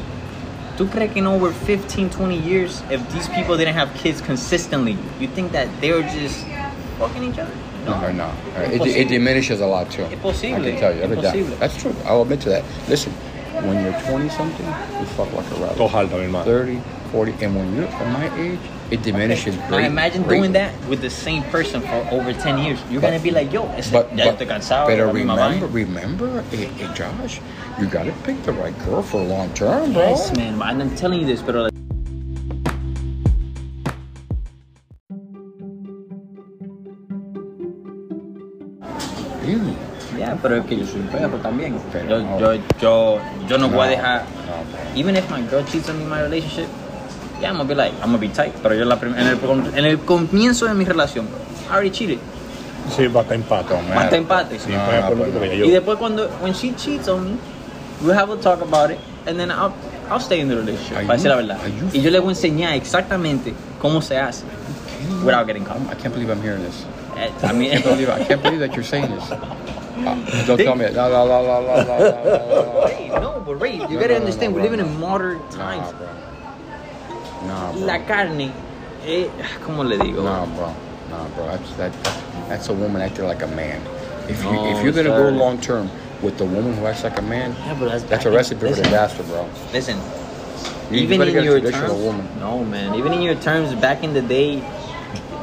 Speaker 3: ¿Tú crees que in over 15, 20 years, if these people didn't have kids consistently, you think that they were just fucking each other?
Speaker 1: No, no, no. It, it diminishes a lot too.
Speaker 3: Imposible.
Speaker 1: I can tell you. I admit that.
Speaker 3: Imposible.
Speaker 1: That's true. I'll admit to that. Listen, when you're 20 something, you fuck like a rabbit.
Speaker 2: Ojalá, mi hermano.
Speaker 1: 30, 40, and when you're at my age, it diminishes.
Speaker 3: Now
Speaker 1: great-
Speaker 3: imagine
Speaker 1: great-
Speaker 3: doing that with the same person for over 10 years. You're
Speaker 1: But-
Speaker 3: gonna be like, yo, es
Speaker 1: But,
Speaker 3: ya
Speaker 1: but,
Speaker 3: estoy cansado.
Speaker 1: pero
Speaker 3: ya me
Speaker 1: remember,
Speaker 3: mamá.
Speaker 1: remember, eh, eh, Josh, you gotta pick the right girl for long term, bro.
Speaker 3: Yes, man. And I'm telling you this, but like,
Speaker 1: Really?
Speaker 3: yeah, pero es que yo soy un perro también.
Speaker 1: Pero
Speaker 3: yo,
Speaker 1: no.
Speaker 3: yo, yo, yo no, voy a dejar.
Speaker 1: No, bro.
Speaker 3: Even if my girl cheats on me in my relationship, yeah, I'm gonna be like, I'm gonna be tight. Pero yo la prim- en, el, com- en el comienzo de mi relación, I already cheated.
Speaker 2: Sí, va a estar empate.
Speaker 3: Mata empate.
Speaker 2: Sí,
Speaker 1: No,
Speaker 2: voy a
Speaker 1: no,
Speaker 2: poner
Speaker 1: no.
Speaker 2: porque
Speaker 3: Y
Speaker 2: yo-
Speaker 3: después cuando, when she cheats on me, we'll have a talk about it, and then I'll, I'll stay in the relationship,
Speaker 1: Are
Speaker 3: para decir
Speaker 1: you-
Speaker 3: la verdad.
Speaker 1: are you
Speaker 3: Y yo le voy a enseñar exactamente cómo se hace, without getting caught.
Speaker 1: I'm- I can't believe I'm hearing this.
Speaker 3: Eh, I mean,
Speaker 1: I can't believe, I can't believe that you're saying this. Uh, don't tell me that. La, la, la, la, la, la, la, la.
Speaker 3: Ray, no, but Ray, you
Speaker 1: No, no,
Speaker 3: gotta
Speaker 1: no,
Speaker 3: understand,
Speaker 1: no,
Speaker 3: we're living
Speaker 1: bro,
Speaker 3: in modern
Speaker 1: Nah,
Speaker 3: times.
Speaker 1: bro. Nah, bro.
Speaker 3: La carne, eh, ¿cómo le digo?
Speaker 1: Nah, bro. Nah, bro. That's that. That's a woman acting like a man. If you
Speaker 3: No,
Speaker 1: if you're gonna
Speaker 3: sir.
Speaker 1: go long term with the woman who acts like a man,
Speaker 3: Yeah, but that's-
Speaker 1: that's a
Speaker 3: I think-
Speaker 1: recipe for
Speaker 3: listen.
Speaker 1: disaster, bro.
Speaker 3: Listen,
Speaker 1: You- you
Speaker 3: even
Speaker 1: better
Speaker 3: in
Speaker 1: get a
Speaker 3: your
Speaker 1: traditional
Speaker 3: terms,
Speaker 1: woman.
Speaker 3: no man, even in your terms, back in the day,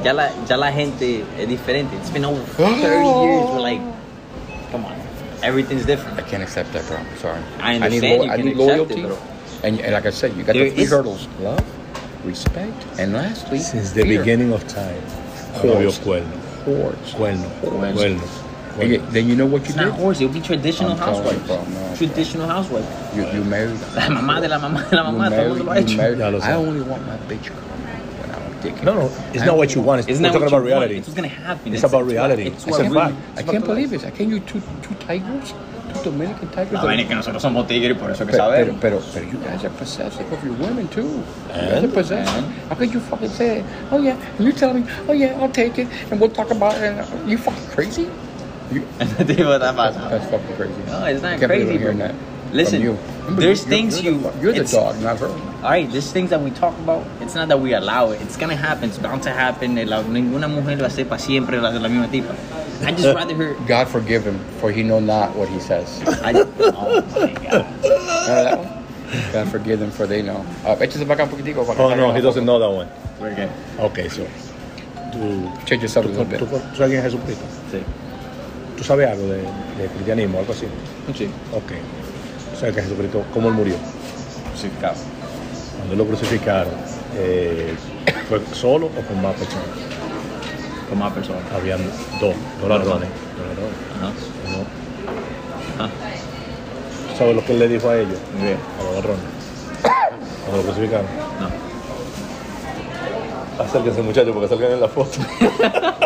Speaker 3: ya la, ya la gente es diferente. It's been over 30 years, we're like, come on, everything's different.
Speaker 1: I can't accept that, bro. I'm sorry.
Speaker 3: I
Speaker 1: need,
Speaker 3: understand
Speaker 1: lo-
Speaker 3: you
Speaker 1: I
Speaker 3: can
Speaker 1: need
Speaker 3: accept
Speaker 1: loyalty,
Speaker 3: it, bro.
Speaker 1: and, and like I said, you got
Speaker 3: There
Speaker 1: the three
Speaker 3: is-
Speaker 1: hurdles: love, respect, and lastly,
Speaker 2: Since the
Speaker 1: fear.
Speaker 2: beginning of time.
Speaker 1: Horse.
Speaker 2: Novios cuerno.
Speaker 1: Hordes.
Speaker 2: Cuerno.
Speaker 1: Horse.
Speaker 2: Cuerno.
Speaker 1: Okay,
Speaker 2: cuerno.
Speaker 1: then you know what you
Speaker 3: It's not
Speaker 1: did.
Speaker 3: horse, it'll be traditional
Speaker 1: I'm telling you,
Speaker 3: housewife.
Speaker 1: bro, no,
Speaker 3: traditional housewife.
Speaker 1: You, you married.
Speaker 3: La mamá de la mamá de la
Speaker 1: You
Speaker 3: mamá, todo el mundo lo ha
Speaker 1: married- you
Speaker 3: hecho.
Speaker 1: married-
Speaker 2: Ya lo
Speaker 1: I
Speaker 2: sé.
Speaker 1: only want my bitch coming when I'm digging.
Speaker 2: No, no, it's not what you want. It's,
Speaker 3: It's
Speaker 2: we're
Speaker 3: not
Speaker 2: talking
Speaker 3: what you
Speaker 2: about
Speaker 3: want,
Speaker 2: reality.
Speaker 3: It's what's gonna happen.
Speaker 2: It's about reality.
Speaker 3: It's
Speaker 2: It's
Speaker 3: what
Speaker 2: a
Speaker 3: we-
Speaker 2: fact.
Speaker 1: I can't believe it. I can't you two two tigers, two Dominican tigers.
Speaker 3: La
Speaker 1: that-
Speaker 3: vaina es que nosotros somos tigres, por eso que
Speaker 1: Pero, pero,
Speaker 3: sabemos.
Speaker 1: pero, pero you guys are possessive of your women too. you guys
Speaker 2: And?
Speaker 1: are possessive. How could you fucking say, oh yeah, and you tell me, oh yeah, I'll take it, and we'll talk about it. And uh, you fucking crazy? You,
Speaker 3: Digo, Este está pasado.
Speaker 1: that's fucking crazy.
Speaker 3: No, it's not
Speaker 1: I can't believe
Speaker 3: crazy,
Speaker 1: I'm hearing
Speaker 3: bro.
Speaker 1: that from
Speaker 3: Listen,
Speaker 1: you.
Speaker 3: there's
Speaker 1: You're-
Speaker 3: things
Speaker 1: you're
Speaker 3: you-
Speaker 1: The, fu- you're the
Speaker 3: it's-
Speaker 1: dog, not her.
Speaker 3: all right, these things that we talk about, it's not that we allow it. It's gonna happen. It's bound to happen. And, like, ninguna mujer va a ser pa siempre la, la misma tipa. I just rather her.
Speaker 1: God forgive him, for he know not what he says.
Speaker 3: I, oh my God.
Speaker 1: Remember that one? God forgive them, for they know. Uh, échese para acá un poquitico. para que
Speaker 2: Oh
Speaker 1: salga
Speaker 2: no,
Speaker 1: la
Speaker 2: he doesn't know that one.
Speaker 3: We're good.
Speaker 2: Okay, so. Tú,
Speaker 1: Change yourself a
Speaker 2: tú,
Speaker 1: little bit.
Speaker 2: tú, tú sabes quién es Jesucristo.
Speaker 3: Sí.
Speaker 2: Tú sabes algo de, de cristianismo, algo así.
Speaker 3: Sí.
Speaker 2: Ok. Tú sabes que Jesucristo, cómo él murió.
Speaker 3: Crucificado.
Speaker 2: Cuando lo crucificaron, eh, ¿fue solo o con más personas?
Speaker 3: Con más personas.
Speaker 2: Habían dos, dos ladrones. Dos ladrones.
Speaker 3: Ajá.
Speaker 2: Uno- Ah.
Speaker 3: Ajá.
Speaker 2: ¿Sabes lo que él le dijo a ellos?
Speaker 3: Muy bien.
Speaker 2: A los ladrones. Cuando lo crucificaron.
Speaker 3: No.
Speaker 2: Acérquense muchachos porque salgan en la foto.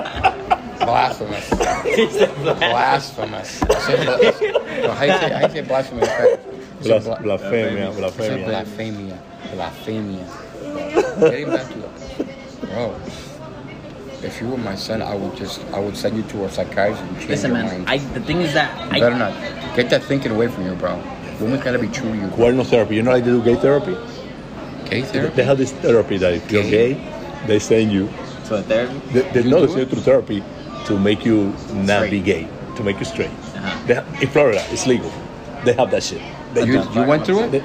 Speaker 1: Blasphemous. blasphemous. I said blas- no, how you say, how you say blasphemous?
Speaker 2: Blas- blasfemia,
Speaker 1: Blasphemia.
Speaker 2: blasfemia.
Speaker 1: Blasphemia. Blasphemia. Getting back to the- Bro. If you were my son, I would just, I would send you to a psychiatrist and change
Speaker 3: Listen,
Speaker 1: your
Speaker 3: man.
Speaker 1: mind.
Speaker 3: I, the thing is that I,
Speaker 1: Better not. Get that thinking away from you, bro. Women's gotta be true to you.
Speaker 2: Cuerno therapy. You know how they do gay therapy?
Speaker 1: Okay, there.
Speaker 2: They have this therapy that if you're
Speaker 1: Gay.
Speaker 2: gay, they send you.
Speaker 3: to a therapy.
Speaker 2: They, they
Speaker 1: You
Speaker 2: know
Speaker 1: do
Speaker 2: they send you
Speaker 1: it?
Speaker 2: through therapy to make you not be
Speaker 3: Straight.
Speaker 2: gay, to make you straight.
Speaker 3: Uh-huh.
Speaker 2: They have, in Florida, it's legal. They have that shit. They
Speaker 1: You,
Speaker 2: do.
Speaker 1: you went through it?
Speaker 2: They-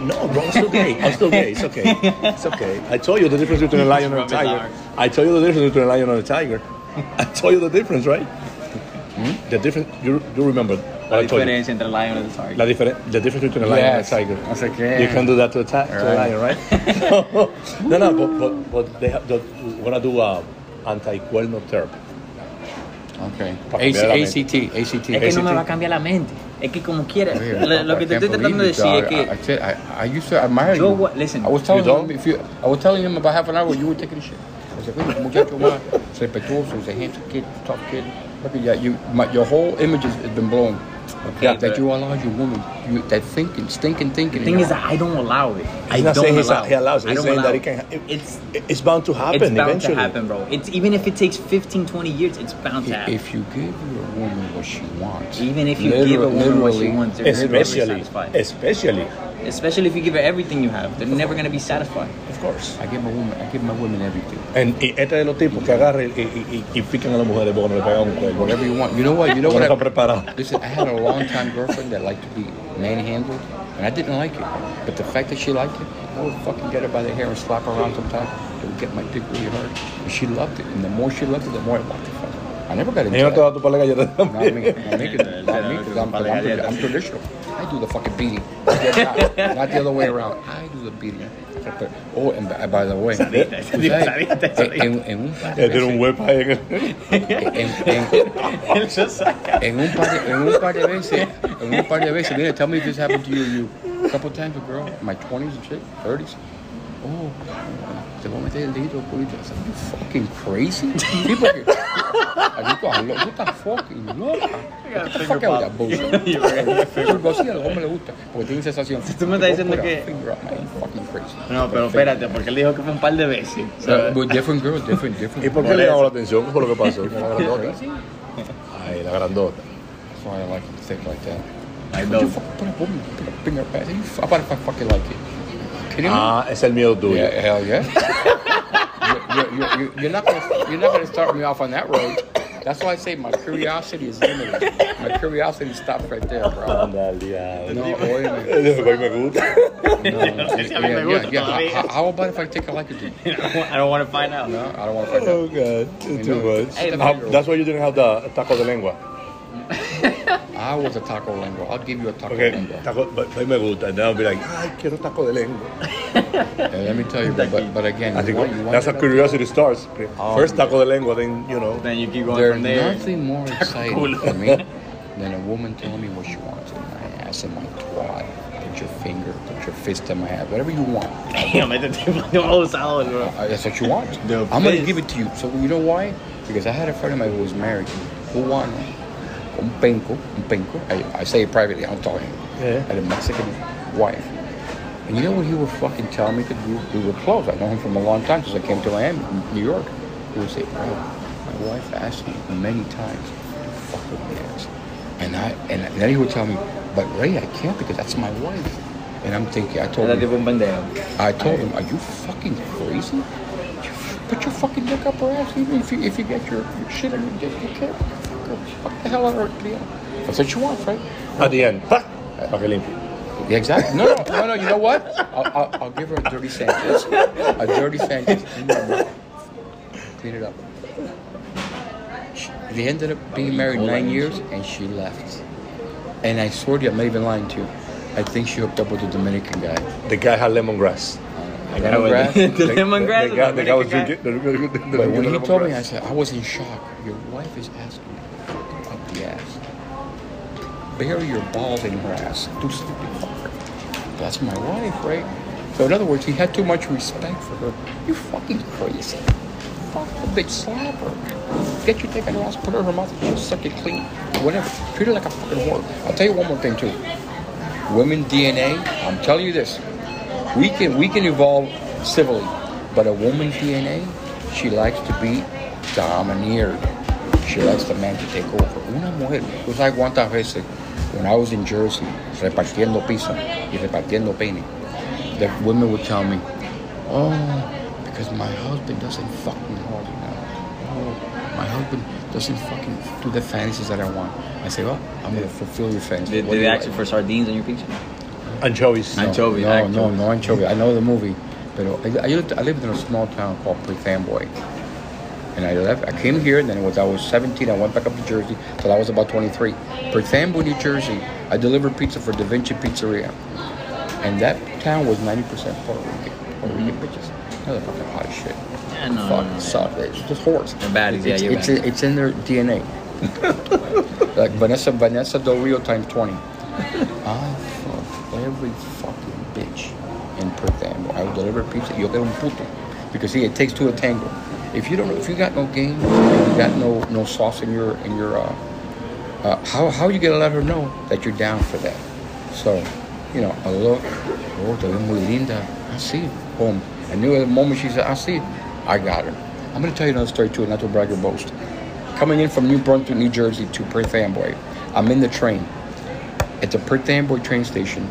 Speaker 2: no, bro, I'm still gay. I'm still gay. It's okay. It's okay. I told you the difference between a lion and a
Speaker 3: Just rub his
Speaker 2: tiger.
Speaker 3: arm.
Speaker 2: I told you the difference between a lion and a tiger. I told you the difference, right?
Speaker 1: Hmm?
Speaker 2: The difference. You, you remember? what
Speaker 3: La
Speaker 2: I told you.
Speaker 3: diferencia entre el lion and the
Speaker 2: La
Speaker 3: tiger.
Speaker 2: difference, the difference between a lion
Speaker 1: Yes.
Speaker 2: and a tiger.
Speaker 1: I was like, yeah.
Speaker 2: You can do that to a, ti- to a
Speaker 1: Right.
Speaker 2: lion, right? no, no, but, but, but they have, they want to do uh, anti-cuerno therapy.
Speaker 1: Okay.
Speaker 2: Para
Speaker 1: AC,
Speaker 2: cambiar la
Speaker 1: ACT, ACT.
Speaker 3: Es que no me
Speaker 2: ACT.
Speaker 3: va a cambiar la mente. Es que como quiera.
Speaker 1: Weird.
Speaker 3: Lo, lo
Speaker 1: I
Speaker 3: que te
Speaker 1: can't
Speaker 3: estoy tratando
Speaker 1: believe
Speaker 3: de
Speaker 1: it,
Speaker 3: decir
Speaker 1: dog.
Speaker 3: es
Speaker 1: ah,
Speaker 3: que.
Speaker 1: I, I, said, I, I used to admire
Speaker 3: Yo
Speaker 1: you.
Speaker 3: wa- listen,
Speaker 1: I was
Speaker 3: you
Speaker 1: telling
Speaker 2: don't?
Speaker 1: him if you, I was telling him about half an hour you were taking a shit. I said, "Oye, muchacho más respetuoso, he's a handsome kid, tough kid. Look at that. You, my, your whole image has, has been blown.
Speaker 3: Okay,
Speaker 1: that
Speaker 3: but-
Speaker 1: you allow your woman, you, that thinking, stinking thinking.
Speaker 3: The thing
Speaker 1: you
Speaker 3: is that I don't allow it. I
Speaker 2: He's not
Speaker 3: don't
Speaker 2: saying he's-
Speaker 3: allow
Speaker 2: he allows it.
Speaker 3: I
Speaker 2: He's
Speaker 3: don't
Speaker 2: saying
Speaker 3: allow
Speaker 2: that he
Speaker 3: it.
Speaker 2: can. It,
Speaker 3: It's
Speaker 2: it's bound to happen
Speaker 3: it's bound
Speaker 2: eventually.
Speaker 3: to happen, bro. It's even if it takes 15, 20 years, it's bound to happen.
Speaker 1: if you give your woman what she wants,
Speaker 3: even if you
Speaker 1: literal-
Speaker 3: give a woman what she
Speaker 1: literally,
Speaker 3: wants, they're never
Speaker 2: Especially,
Speaker 3: satisfied.
Speaker 2: especially,
Speaker 3: Especially if you give her everything you have, they're never gonna be satisfied.
Speaker 2: of course.
Speaker 1: I give my woman, I give my women everything.
Speaker 2: And, y este es de los tipos que agarran y, y, y, y pican a las mujeres porque no le pegan un cuerno.
Speaker 1: Whatever you want. You know what? You know
Speaker 2: No
Speaker 1: what?
Speaker 2: está
Speaker 1: I,
Speaker 2: preparado.
Speaker 1: listen, I had a longtime girlfriend that liked to be manhandled, and I didn't like it. But the fact that she liked it, I would fucking get her by the hair and slap her around sometimes. It would get my dick really hard. And she loved it. And the more she loved it, the more I liked it. I never got into
Speaker 2: Ella no te
Speaker 1: that.
Speaker 2: da tu pala galleta
Speaker 1: No, I
Speaker 2: también.
Speaker 1: mean, I make it, I make it, I'm, I'm, I'm, I'm traditional. I do the fucking beating. Not, not the other way around. I do the beating. But- Oh, and by, by the way,
Speaker 3: Salita, salita.
Speaker 1: en, en un par de
Speaker 2: Él tiene
Speaker 1: veces-
Speaker 2: un huepa ahí en el...
Speaker 1: en- en-
Speaker 3: It's just like-
Speaker 1: En un par de, en un par de veces, en un par de veces, mira, tell me if this happened to you, you, a couple times, a girl, in my 20s and shit, 30s. Oh, te voy a meter el dedito, culito. I said, you fucking crazy? People are Are you estás loco? Tú estás fucking loca. What the fuck out that bullshit?
Speaker 3: You were gonna
Speaker 1: Yo digo, sí, a los hombres les gusta, porque tienen sensación.
Speaker 3: tú me estás
Speaker 1: Go put
Speaker 3: diciendo
Speaker 1: a
Speaker 3: que-
Speaker 1: finger up my fucking crazy.
Speaker 3: No, pero espérate, porque él dijo que fue un par de veces.
Speaker 1: Uh, with different girls, different, different.
Speaker 2: ¿Y por qué
Speaker 3: Por
Speaker 2: le
Speaker 3: eso.
Speaker 2: llamó la atención? ¿Qué fue lo que pasó? La grandota.
Speaker 1: Crazy?
Speaker 2: Ay, la grandota.
Speaker 1: That's why I like them thick like that.
Speaker 3: I
Speaker 1: Would you
Speaker 3: know.
Speaker 1: fucking put a woman, put a finger up my ass? Are you f- How about if I fucking like it? Kidding me?
Speaker 2: Ah, es el miedo tuyo.
Speaker 1: Yeah, hell yeah. you're, you're, you're, you're not gonna you're not gonna start me off on that road. That's why I say my curiosity is limited. My curiosity stops right there, bro.
Speaker 2: Anda al diablo.
Speaker 1: No, oye, man.
Speaker 2: Él dijo, "Ay, me gusta.
Speaker 1: no.
Speaker 3: sé si a mí
Speaker 1: Yeah, yeah,
Speaker 3: me gusta
Speaker 1: yeah.
Speaker 3: todavía.
Speaker 1: How, how about if I take a like it?
Speaker 3: I don't want to find out.
Speaker 1: No, I don't want to fight
Speaker 2: Oh,
Speaker 1: that.
Speaker 2: God. It's too much.
Speaker 1: Hey,
Speaker 2: How-
Speaker 1: man.
Speaker 2: that's why you didn't have the taco de lengua.
Speaker 1: I was a taco lingo. I'll give you a taco
Speaker 2: Okay,
Speaker 1: lingo.
Speaker 2: taco, but but me gusta. And then I'll be like, ay, quiero taco de lengua.
Speaker 1: And let me tell you, but but, but again,
Speaker 2: I
Speaker 1: you
Speaker 2: think
Speaker 1: want, you want
Speaker 2: that's how
Speaker 1: to-
Speaker 2: curiosity starts. First taco de lengua, then, you know.
Speaker 3: Then you keep going
Speaker 1: There's
Speaker 3: from there.
Speaker 1: nothing more exciting
Speaker 3: culo.
Speaker 1: for me than a woman telling me what she wants in my ass and my twat. Put your finger, put your fist in my ass, whatever you want.
Speaker 3: Damn, este tipo no lo usado, bro.
Speaker 1: Uh, that's what you want.
Speaker 3: The
Speaker 1: I'm gonna
Speaker 3: fist.
Speaker 1: give it to you. So you know why? Because I had a friend of mine who was married, who won un penco, un penco. I, I say it privately. I don't tell him.
Speaker 2: Yeah.
Speaker 1: Had a Mexican wife, and you know what he would fucking tell me? Because we, we were close. I know him from a long time since I came to Miami, New York. He would say, "Bro, my wife asked me many times to fuck with my ass," and I and then he would tell me, "But Ray, I can't because that's my wife." And I'm thinking, I told
Speaker 3: Ella
Speaker 1: him,
Speaker 3: tipo un pendejo.
Speaker 1: I told him, are you fucking crazy? You Put your fucking dick up her ass, even if you, if you get your, your shit on your dick, you can't. Fuck the hell out of her, Cleo. That's what you want, right?
Speaker 2: At the end, ¡pa! Para que limpie.
Speaker 1: Yeah, exactly. No, no, no, no. You know what? I'll, I'll, I'll give her a dirty Sanchez. A dirty Sanchez. Clean it up. She- They ended up being married nine years, and she left. And I swear to you, I'm not even lying to you. I think she hooked up with a Dominican guy.
Speaker 2: The guy had lemongrass.
Speaker 3: I got away with it. The lemongrass.
Speaker 2: The guy, the guy was
Speaker 3: Dominican
Speaker 2: drinking. The, the, the, the,
Speaker 1: But when he
Speaker 2: drinking
Speaker 1: told me, I
Speaker 2: lemongrass.
Speaker 1: said, I was in shock. Your wife is asking you to hook up the ass. Bury your balls in her ass. Do stupid fucker. That's my wife, right? So in other words, he had too much respect for her. You fucking crazy. Fuck the bitch, slap her. Get your dick in her ass, put it in her mouth, she'll suck it clean. Whatever. Treat her like a fucking whore. I'll tell you one more thing too. Women DNA, I'm telling you this. We can we can evolve civilly, but a woman's DNA, she likes to be domineered. She likes the man to take over. Una mujer, tú sabes cuántas veces, when I was in Jersey, repartiendo pizza y repartiendo pene, the women would tell me, oh, because my husband doesn't fuck me hard enough. Oh, my husband doesn't fucking do the fantasies that I want. I say, well, I'm going to fulfill your fantasies.
Speaker 3: Did,
Speaker 1: What
Speaker 3: did
Speaker 1: do
Speaker 3: they
Speaker 1: you
Speaker 3: ask you
Speaker 1: like?"
Speaker 3: for sardines on your pizza?
Speaker 2: anchovies.
Speaker 3: No. Anchovy,
Speaker 1: No,
Speaker 3: anchovy.
Speaker 1: no, no anchovy. I know the movie, but I, I, lived, I lived in a small town called Prethamboy. And I left. I came here, and then was I was 17. I went back up to Jersey till I was about 23. Prethamboy, New Jersey. I delivered pizza for Da Vinci Pizzeria, and that town was 90% Puerto Rican. Puerto Rican bitches. They're fucking hot as shit.
Speaker 3: Yeah, no,
Speaker 1: Fuck,
Speaker 3: no, no.
Speaker 1: savage. Just horse.
Speaker 3: They're baddies, yeah,
Speaker 1: It's,
Speaker 3: you're
Speaker 1: it's,
Speaker 3: right.
Speaker 1: it's in their DNA. like Vanessa, Vanessa Del Rio times 20. I fucked every fucking bitch in Perth Amboy. I would deliver pizza. Yo era un puto. Because see, it takes two to tango. If you don't, if you got no game, you got no no sauce in your in your, uh, uh, how how you gonna let her know that you're down for that? So, you know, I look. Oh, te ves muy linda. I see. Boom. I knew at the moment she said, I see. I got her. I'm gonna tell you another story too, not to brag or boast. Coming in from New Brunswick, New Jersey to Perth Amboy, I'm in the train at the Perth Amboy train station.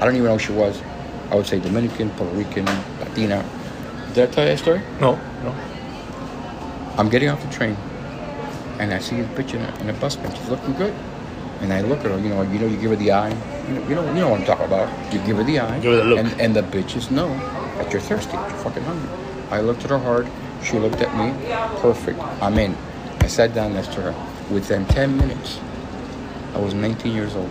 Speaker 1: I don't even know who she was. I would say Dominican, Puerto Rican, Latina. Did I tell you that story?
Speaker 2: No, no.
Speaker 1: I'm getting off the train, and I see this bitch in a, in a bus bench. She's looking good, and I look at her. You know, you know, you give her the eye. You know, you know, you know what I'm talking about. You give her the eye.
Speaker 2: Give her the look.
Speaker 1: And, and the bitches know that you're thirsty. You're fucking hungry. I looked at her hard. She looked at me. Perfect. I'm in. I sat down next to her. Within 10 minutes, I was 19 years old.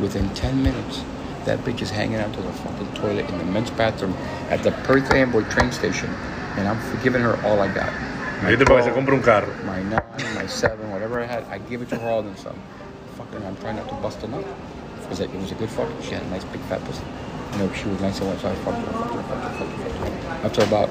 Speaker 1: Within 10 minutes, that bitch is hanging out to the fucking toilet in the men's bathroom at the Perth Amboy train station, and I'm giving her all I got. My
Speaker 2: Ahorita para que se
Speaker 1: phone,
Speaker 2: compre un carro.
Speaker 1: my nine, my seven, whatever I had, I give it to her all and some. Fucking, I'm trying not to bust a nut. Because it was a good fuck. She had a nice big fat pussy. You know, she was nice and white, so I fucked her, fucked her, fucked her, fucked her, fucked her. After about,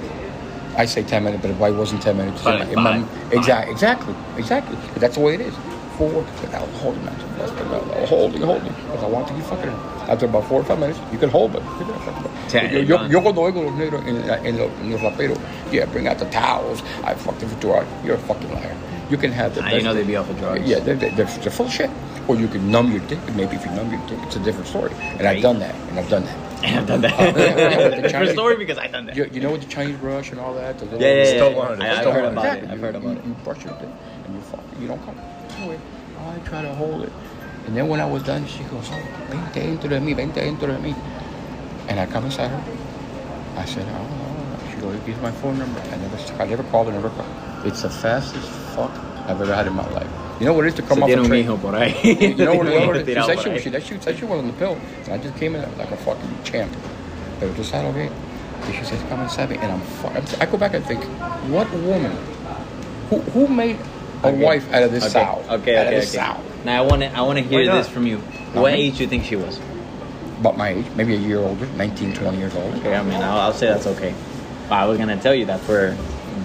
Speaker 1: I say 10 minutes, but it probably wasn't 10 minutes.
Speaker 3: Probably
Speaker 1: In my- in my-
Speaker 3: five.
Speaker 1: Exactly, exactly, exactly. 'Cause that's the way it is. Four, but I was holding on to the bust a nut. I was holding, holding. Because I wanted to keep fucking her. After about four or five minutes, you can hold it. You can fuck her.
Speaker 3: Ten,
Speaker 1: Yo, yo,
Speaker 3: done.
Speaker 1: yo cuando oigo los negros en, la- en, los, en los raperos, yeah, bring out the towels. I fucked with two hours. You're a fucking liar. You can have the
Speaker 3: Ah,
Speaker 1: best.
Speaker 3: you know they be off of drugs.
Speaker 1: Yeah, they're, they're, they're, they're full of shit. Or you can numb your dick. and Maybe if you numb your dick, it's a different story. And I've
Speaker 3: Right.
Speaker 1: done that. And I've done that.
Speaker 3: I've done
Speaker 1: yeah, yeah,
Speaker 3: that.
Speaker 1: the Chinese-
Speaker 3: Different story because I've done that.
Speaker 1: You, you know what the Chinese brush and all that. The little,
Speaker 3: Yeah, yeah, yeah.
Speaker 2: Still wanted it.
Speaker 3: I, have
Speaker 2: Still
Speaker 3: heard
Speaker 2: wanted
Speaker 3: about
Speaker 1: Exactly.
Speaker 3: it. I've heard
Speaker 1: You-
Speaker 3: about it.
Speaker 1: you, You brush your dick and you fuck. You don't come. Anyway, Oh, I try to hold it. And then when I was done, she goes, oh, vente dentro de mí, vente dentro de mí. And I come inside her. I said, oh, oh. she goes, here's my phone number. I never, I never called, I never called. It's the fastest fuck I've ever had in my life. You know what it is to come
Speaker 3: Se
Speaker 1: off a
Speaker 3: tiene un
Speaker 1: train?
Speaker 3: hijo por ahí.
Speaker 1: You know what
Speaker 3: Tiene un hijo
Speaker 1: it is? She
Speaker 3: tirado
Speaker 1: said
Speaker 3: por
Speaker 1: she,
Speaker 3: ahí.
Speaker 1: she, that she, said she was on the pill. And I just came in like a fucking champ. But it was just okay. And she says, come inside me. And I'm fucking, I go back and think, what woman, who, who made a
Speaker 3: Okay.
Speaker 1: wife out of this
Speaker 3: okay.
Speaker 1: sow?
Speaker 3: Okay,
Speaker 1: out
Speaker 3: okay,
Speaker 1: of
Speaker 3: okay.
Speaker 1: this sow.
Speaker 3: Now I want to I want to hear
Speaker 2: not?
Speaker 3: this from you. What
Speaker 1: Mhm.
Speaker 3: age do you think she was?
Speaker 1: About my age, maybe a year older, 19, 20 years old.
Speaker 3: Okay, I mean I'll, I'll say that's okay. But I was gonna tell you that for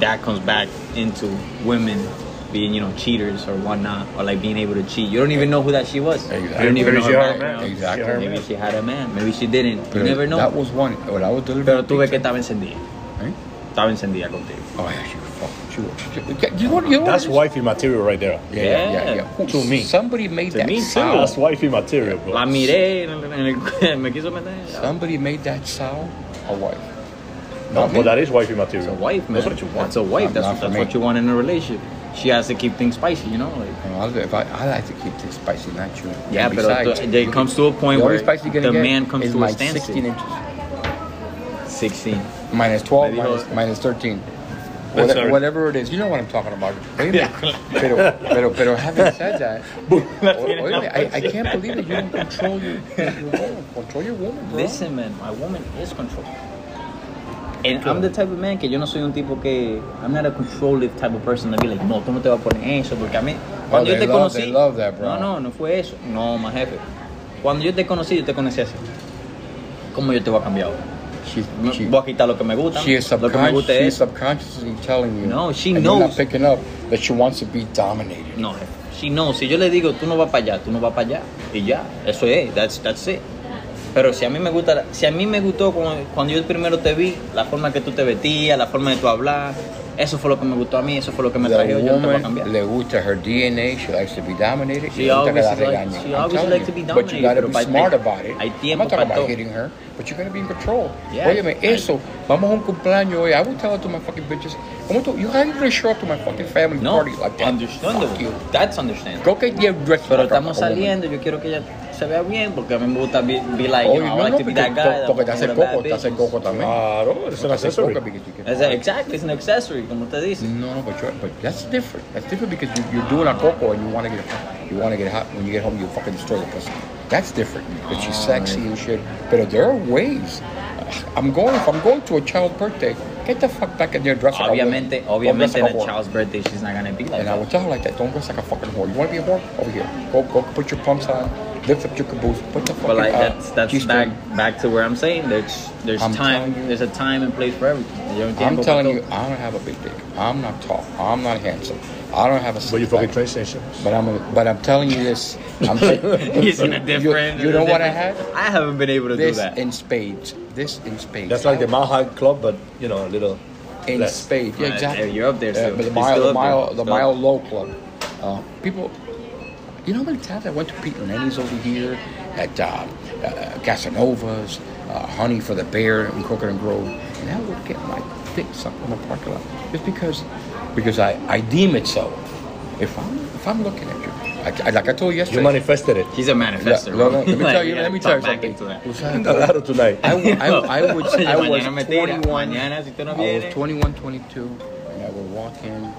Speaker 3: that comes back into women being you know cheaters or whatnot or like being able to cheat. You don't even know who that she was. You
Speaker 1: Exactly.
Speaker 3: don't even know
Speaker 2: Maybe she
Speaker 3: her
Speaker 2: had a man.
Speaker 1: Exactly.
Speaker 2: She had a
Speaker 3: background. Maybe
Speaker 2: man.
Speaker 3: she had a man. Maybe she didn't. You
Speaker 1: Pero
Speaker 3: never know.
Speaker 1: That was one. When I was delivering
Speaker 3: Pero tú ves que
Speaker 1: pizza-
Speaker 3: estaba encendida.
Speaker 1: Eh?
Speaker 3: Estaba encendida contigo.
Speaker 1: Oh, yeah, she was fucking. She she was. She, you know, you know
Speaker 2: That's
Speaker 1: what
Speaker 2: wifey material right there.
Speaker 1: it is? Yeah, yeah, yeah.
Speaker 3: Yeah.
Speaker 1: yeah. Who-
Speaker 2: To me.
Speaker 1: somebody made
Speaker 3: To
Speaker 1: that
Speaker 3: me, too.
Speaker 1: sound.
Speaker 2: That's wifey material, bro.
Speaker 3: La miré, me quiso meter.
Speaker 1: Somebody made that sound. A wife.
Speaker 2: No,
Speaker 1: Not me.
Speaker 2: but that is wifey
Speaker 3: It's
Speaker 2: material.
Speaker 3: a wife, man.
Speaker 2: That's what you want.
Speaker 3: That's a wife.
Speaker 1: Not-
Speaker 3: That's,
Speaker 1: not
Speaker 3: what,
Speaker 1: for
Speaker 3: that's
Speaker 1: me.
Speaker 3: what you want in a relationship. She has to keep things spicy, you know. Like,
Speaker 1: You know, I'll- if I, I like to keep this spicy natural.
Speaker 3: yeah,
Speaker 1: And
Speaker 3: but
Speaker 1: besides,
Speaker 3: the, there comes to a
Speaker 1: the
Speaker 3: point
Speaker 1: only
Speaker 3: where
Speaker 1: spice you're gonna
Speaker 3: the
Speaker 1: get
Speaker 3: man comes
Speaker 1: is
Speaker 3: to a
Speaker 1: like 16
Speaker 3: standstill.
Speaker 1: inches.
Speaker 3: Sixteen.
Speaker 1: Minus 12,
Speaker 3: Maybe
Speaker 1: minus,
Speaker 3: not.
Speaker 1: minus 13.
Speaker 2: That's
Speaker 1: Whatever,
Speaker 2: alright.
Speaker 1: whatever it is, you know what I'm talking about. Wait a minute. pero, pero, pero having said that, wait a minute, I, I can't believe that you don't control your, your woman. Control your woman, bro.
Speaker 3: Listen, man, my woman is controlling. And I'm the type of man que yo no soy un tipo que I'm not a controlling type of person to be like, no, tú no te vas a poner eso porque a mí cuando
Speaker 1: Oh, they
Speaker 3: yo te
Speaker 1: love-
Speaker 3: conocí,
Speaker 1: they love that, bro.
Speaker 3: no, no, no fue eso, no, más jefe. Cuando yo te conocí, yo te conocí así. ¿Cómo yo te voy a cambiar? ahora?
Speaker 1: She,
Speaker 3: Me-
Speaker 1: she,
Speaker 3: voy a quitar lo que me gusta.
Speaker 1: she is
Speaker 3: lo que me
Speaker 1: subconscious,
Speaker 3: gusta
Speaker 1: she is
Speaker 3: es.
Speaker 1: subconsciously telling you.
Speaker 3: No, she
Speaker 1: and you're not
Speaker 3: knows.
Speaker 1: picking up that she wants to be dominated.
Speaker 3: No, jefe. Si no, si yo le digo, tú no vas para allá, tú no vas para allá, y ya, eso es, that's, that's it. Pero si a mí me gusta, si a mí me gustó cuando, cuando yo primero te vi, la forma que tú te vestías, la forma de tu hablar, eso fue lo que me gustó a mí, eso fue lo que me
Speaker 1: The
Speaker 3: trajo, yo no te voy a cambiar.
Speaker 1: woman le gusta her DNA. She likes to be dominated.
Speaker 3: She
Speaker 1: y le gusta que
Speaker 3: always
Speaker 1: la
Speaker 3: is like-
Speaker 1: regañen.
Speaker 3: she
Speaker 1: I'm
Speaker 3: always
Speaker 1: telling
Speaker 3: like
Speaker 1: you.
Speaker 3: to be
Speaker 1: But you gotta
Speaker 3: dominated,
Speaker 1: be
Speaker 3: pero hay-
Speaker 1: smart about it.
Speaker 3: hay
Speaker 1: I'm
Speaker 3: tiempo
Speaker 1: not talking
Speaker 3: para
Speaker 1: about
Speaker 3: todo.
Speaker 1: hitting her, but you're gonna be in control.
Speaker 3: Yeah.
Speaker 1: Óyeme, eso. Vamos a un cumpleaños hoy. I would tell it to my fucking bitches. I want to, you how you gonna show up to my fucking family
Speaker 3: No,
Speaker 1: party like that? Fuck you.
Speaker 3: understandable, that's understandable.
Speaker 1: Go get your dress
Speaker 3: Pero
Speaker 1: like a-
Speaker 3: estamos
Speaker 1: a woman.
Speaker 3: saliendo, yo quiero que ella se vea bien, porque a mí me gusta be, be like,
Speaker 1: Oye,
Speaker 3: you know, I
Speaker 1: no,
Speaker 3: like
Speaker 1: no,
Speaker 3: to be
Speaker 1: porque,
Speaker 3: that guy.
Speaker 1: porque te
Speaker 3: I'm
Speaker 1: hace
Speaker 3: one of
Speaker 1: coco,
Speaker 3: that
Speaker 1: te hace
Speaker 3: bitch.
Speaker 1: coco también.
Speaker 2: Ah, Claro, it's an
Speaker 1: Te hace
Speaker 2: accessory.
Speaker 1: coco because you can-
Speaker 3: It's a- Exactly, it's an accessory, como te dice.
Speaker 1: No, no, but you're, but that's different. That's different because you, you're doing a coco and you want to get you want to get hot when you get home. You fucking destroy the pussy. That's different. But she's sexy and shit. But there are ways. I'm going. If I'm going to a child's birthday, get the fuck back in there dressed like a woman.
Speaker 3: Obviamente,
Speaker 1: Don't dress
Speaker 3: obviamente
Speaker 1: like
Speaker 3: en
Speaker 1: a whore.
Speaker 3: child's birthday she's not gonna be like
Speaker 1: And I
Speaker 3: that.
Speaker 1: would tell her like that. Don't dress like a fucking whore. You want to be a whore? Over here. Go, go. Put your pumps on. Lift up your caboose. Put the fucking.
Speaker 3: But like
Speaker 1: uh,
Speaker 3: that's that's
Speaker 1: G-string.
Speaker 3: back back to where I'm saying there's there's
Speaker 1: I'm
Speaker 3: time
Speaker 1: telling you-
Speaker 3: there's a time and place for everything. You know what
Speaker 1: I'm
Speaker 3: saying?
Speaker 1: telling
Speaker 3: But-
Speaker 1: you, I don't have a big dick. I'm not tall. I'm not handsome. I don't have a.
Speaker 2: But you
Speaker 1: six
Speaker 2: fucking
Speaker 1: pack.
Speaker 2: train station.
Speaker 1: But I'm a, but I'm telling you this. I'm
Speaker 3: He's in a
Speaker 1: you-
Speaker 3: different.
Speaker 1: You,
Speaker 3: a
Speaker 1: know what I
Speaker 3: different-
Speaker 1: had?
Speaker 3: I haven't been able to
Speaker 1: This
Speaker 3: do that.
Speaker 1: in spades. This in spades.
Speaker 2: That's like the Mile High Club, but you know, a little
Speaker 1: in
Speaker 2: less.
Speaker 1: spades. Yeah,
Speaker 3: Right,
Speaker 1: exactly.
Speaker 3: there, you're up there
Speaker 1: Yeah,
Speaker 3: still.
Speaker 1: but the
Speaker 3: You're
Speaker 1: mile,
Speaker 3: still
Speaker 1: the
Speaker 3: up there.
Speaker 1: mile, the
Speaker 3: Still.
Speaker 1: mile low club. Uh, people, you know how many times I went to Pete and Lenny's over here at uh, uh, Casanova's, uh, Honey for the Bear in Coconut Grove, and I would get my dick sucked in the parking lot just because, because I, I deem it so. If I'm if I'm looking at you, I, I- like I told you
Speaker 2: You
Speaker 1: yesterday.
Speaker 2: manifested it.
Speaker 3: He's a manifester.
Speaker 1: No, no,
Speaker 3: bro.
Speaker 1: let me
Speaker 3: Like,
Speaker 1: tell you.
Speaker 3: yeah,
Speaker 1: Let me
Speaker 3: talk
Speaker 1: tell you
Speaker 3: back
Speaker 1: something.
Speaker 3: into that.
Speaker 2: Claro tonight.
Speaker 1: I, w- I, w- I was, I was
Speaker 3: Mañana me tira.
Speaker 1: 21.
Speaker 3: Mañana, si tú no
Speaker 1: I was
Speaker 3: vienes.
Speaker 1: 21, 22, and I would walk in,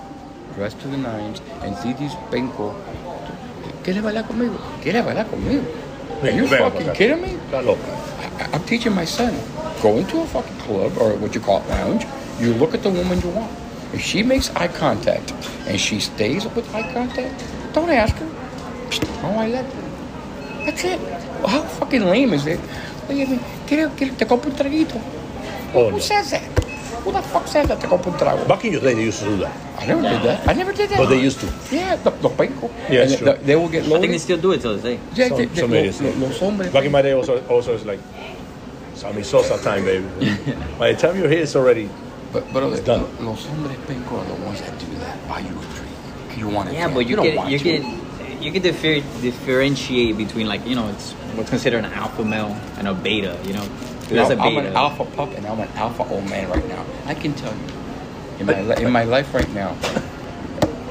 Speaker 1: dressed to the nines, and Didi's penco. ¿Quieres bailar conmigo? ¿Quieres bailar conmigo? Are you
Speaker 2: Ven,
Speaker 1: fucking
Speaker 2: ven.
Speaker 1: kidding me?
Speaker 2: Está loca.
Speaker 1: I- I'm teaching my son. Go into a fucking club or what you call it, lounge. You look at the woman you want. If she makes eye contact and she stays with eye contact, don't ask her. Psst, Oh, I like her. That's it. Well, how fucking lame is it? Oye, me, quiero, quiero, te compro un traguito.
Speaker 2: Oh,
Speaker 1: Who
Speaker 2: no.
Speaker 1: says that? Who the fuck says that? Te compro un trago.
Speaker 2: Back in your day, they used to do that.
Speaker 1: I never did that. I never did that.
Speaker 2: But they used to.
Speaker 1: Yeah, the, the penco.
Speaker 2: Yeah,
Speaker 1: And
Speaker 2: it's
Speaker 1: the-
Speaker 2: true.
Speaker 1: They will get
Speaker 3: I think they
Speaker 1: loaded.
Speaker 3: still do it till this day.
Speaker 1: Yeah,
Speaker 2: Some-
Speaker 1: they- they-
Speaker 2: some areas,
Speaker 1: lo-
Speaker 2: yeah.
Speaker 1: lo- Los hombres.
Speaker 2: Back in my day, also, also it's like, Sammy Sosa time, baby. By the time you're here, it's already.
Speaker 1: But, uh, but
Speaker 2: It's done.
Speaker 1: Los hombres penco are the ones that do that. Buy you a drink. You want it?
Speaker 3: Yeah, but you,
Speaker 1: don't
Speaker 3: can
Speaker 1: want
Speaker 3: you
Speaker 1: to.
Speaker 3: can you can differ, differentiate between like you know it's what's considered an alpha male and a beta. You know, that's a
Speaker 1: I'm, I'm
Speaker 3: beta.
Speaker 1: an alpha pup and I'm an alpha old man right now. I can tell you, in my li- in my life right now,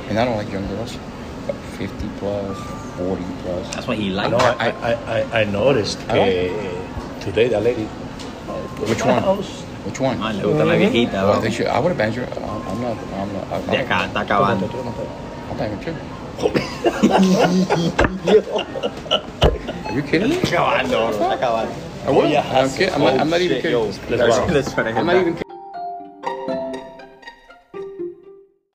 Speaker 1: and I don't like young girls, but 50 plus, 40 plus.
Speaker 3: That's why he
Speaker 2: I
Speaker 3: liked.
Speaker 2: know.
Speaker 3: it.
Speaker 2: I I, I, I noticed
Speaker 1: I don't-
Speaker 2: eh, today that lady.
Speaker 1: Which one? Which one?
Speaker 3: Ah, le gusta la viejita,
Speaker 1: Well,
Speaker 3: bro.
Speaker 1: they should, I would have banned you. I'm, I'm not. I'm not. I'm,
Speaker 3: De acá, está acabando.
Speaker 1: I'm not even kidding. Are you kidding me?
Speaker 3: Acabando, bro, está acabando.
Speaker 1: I would. I'm, kid- I'm, not, I'm not even
Speaker 3: Oh, Shit,
Speaker 1: kidding.
Speaker 3: yo,
Speaker 2: Let's
Speaker 3: let's- let's try to hit
Speaker 1: I'm not
Speaker 3: that.
Speaker 1: even kidding.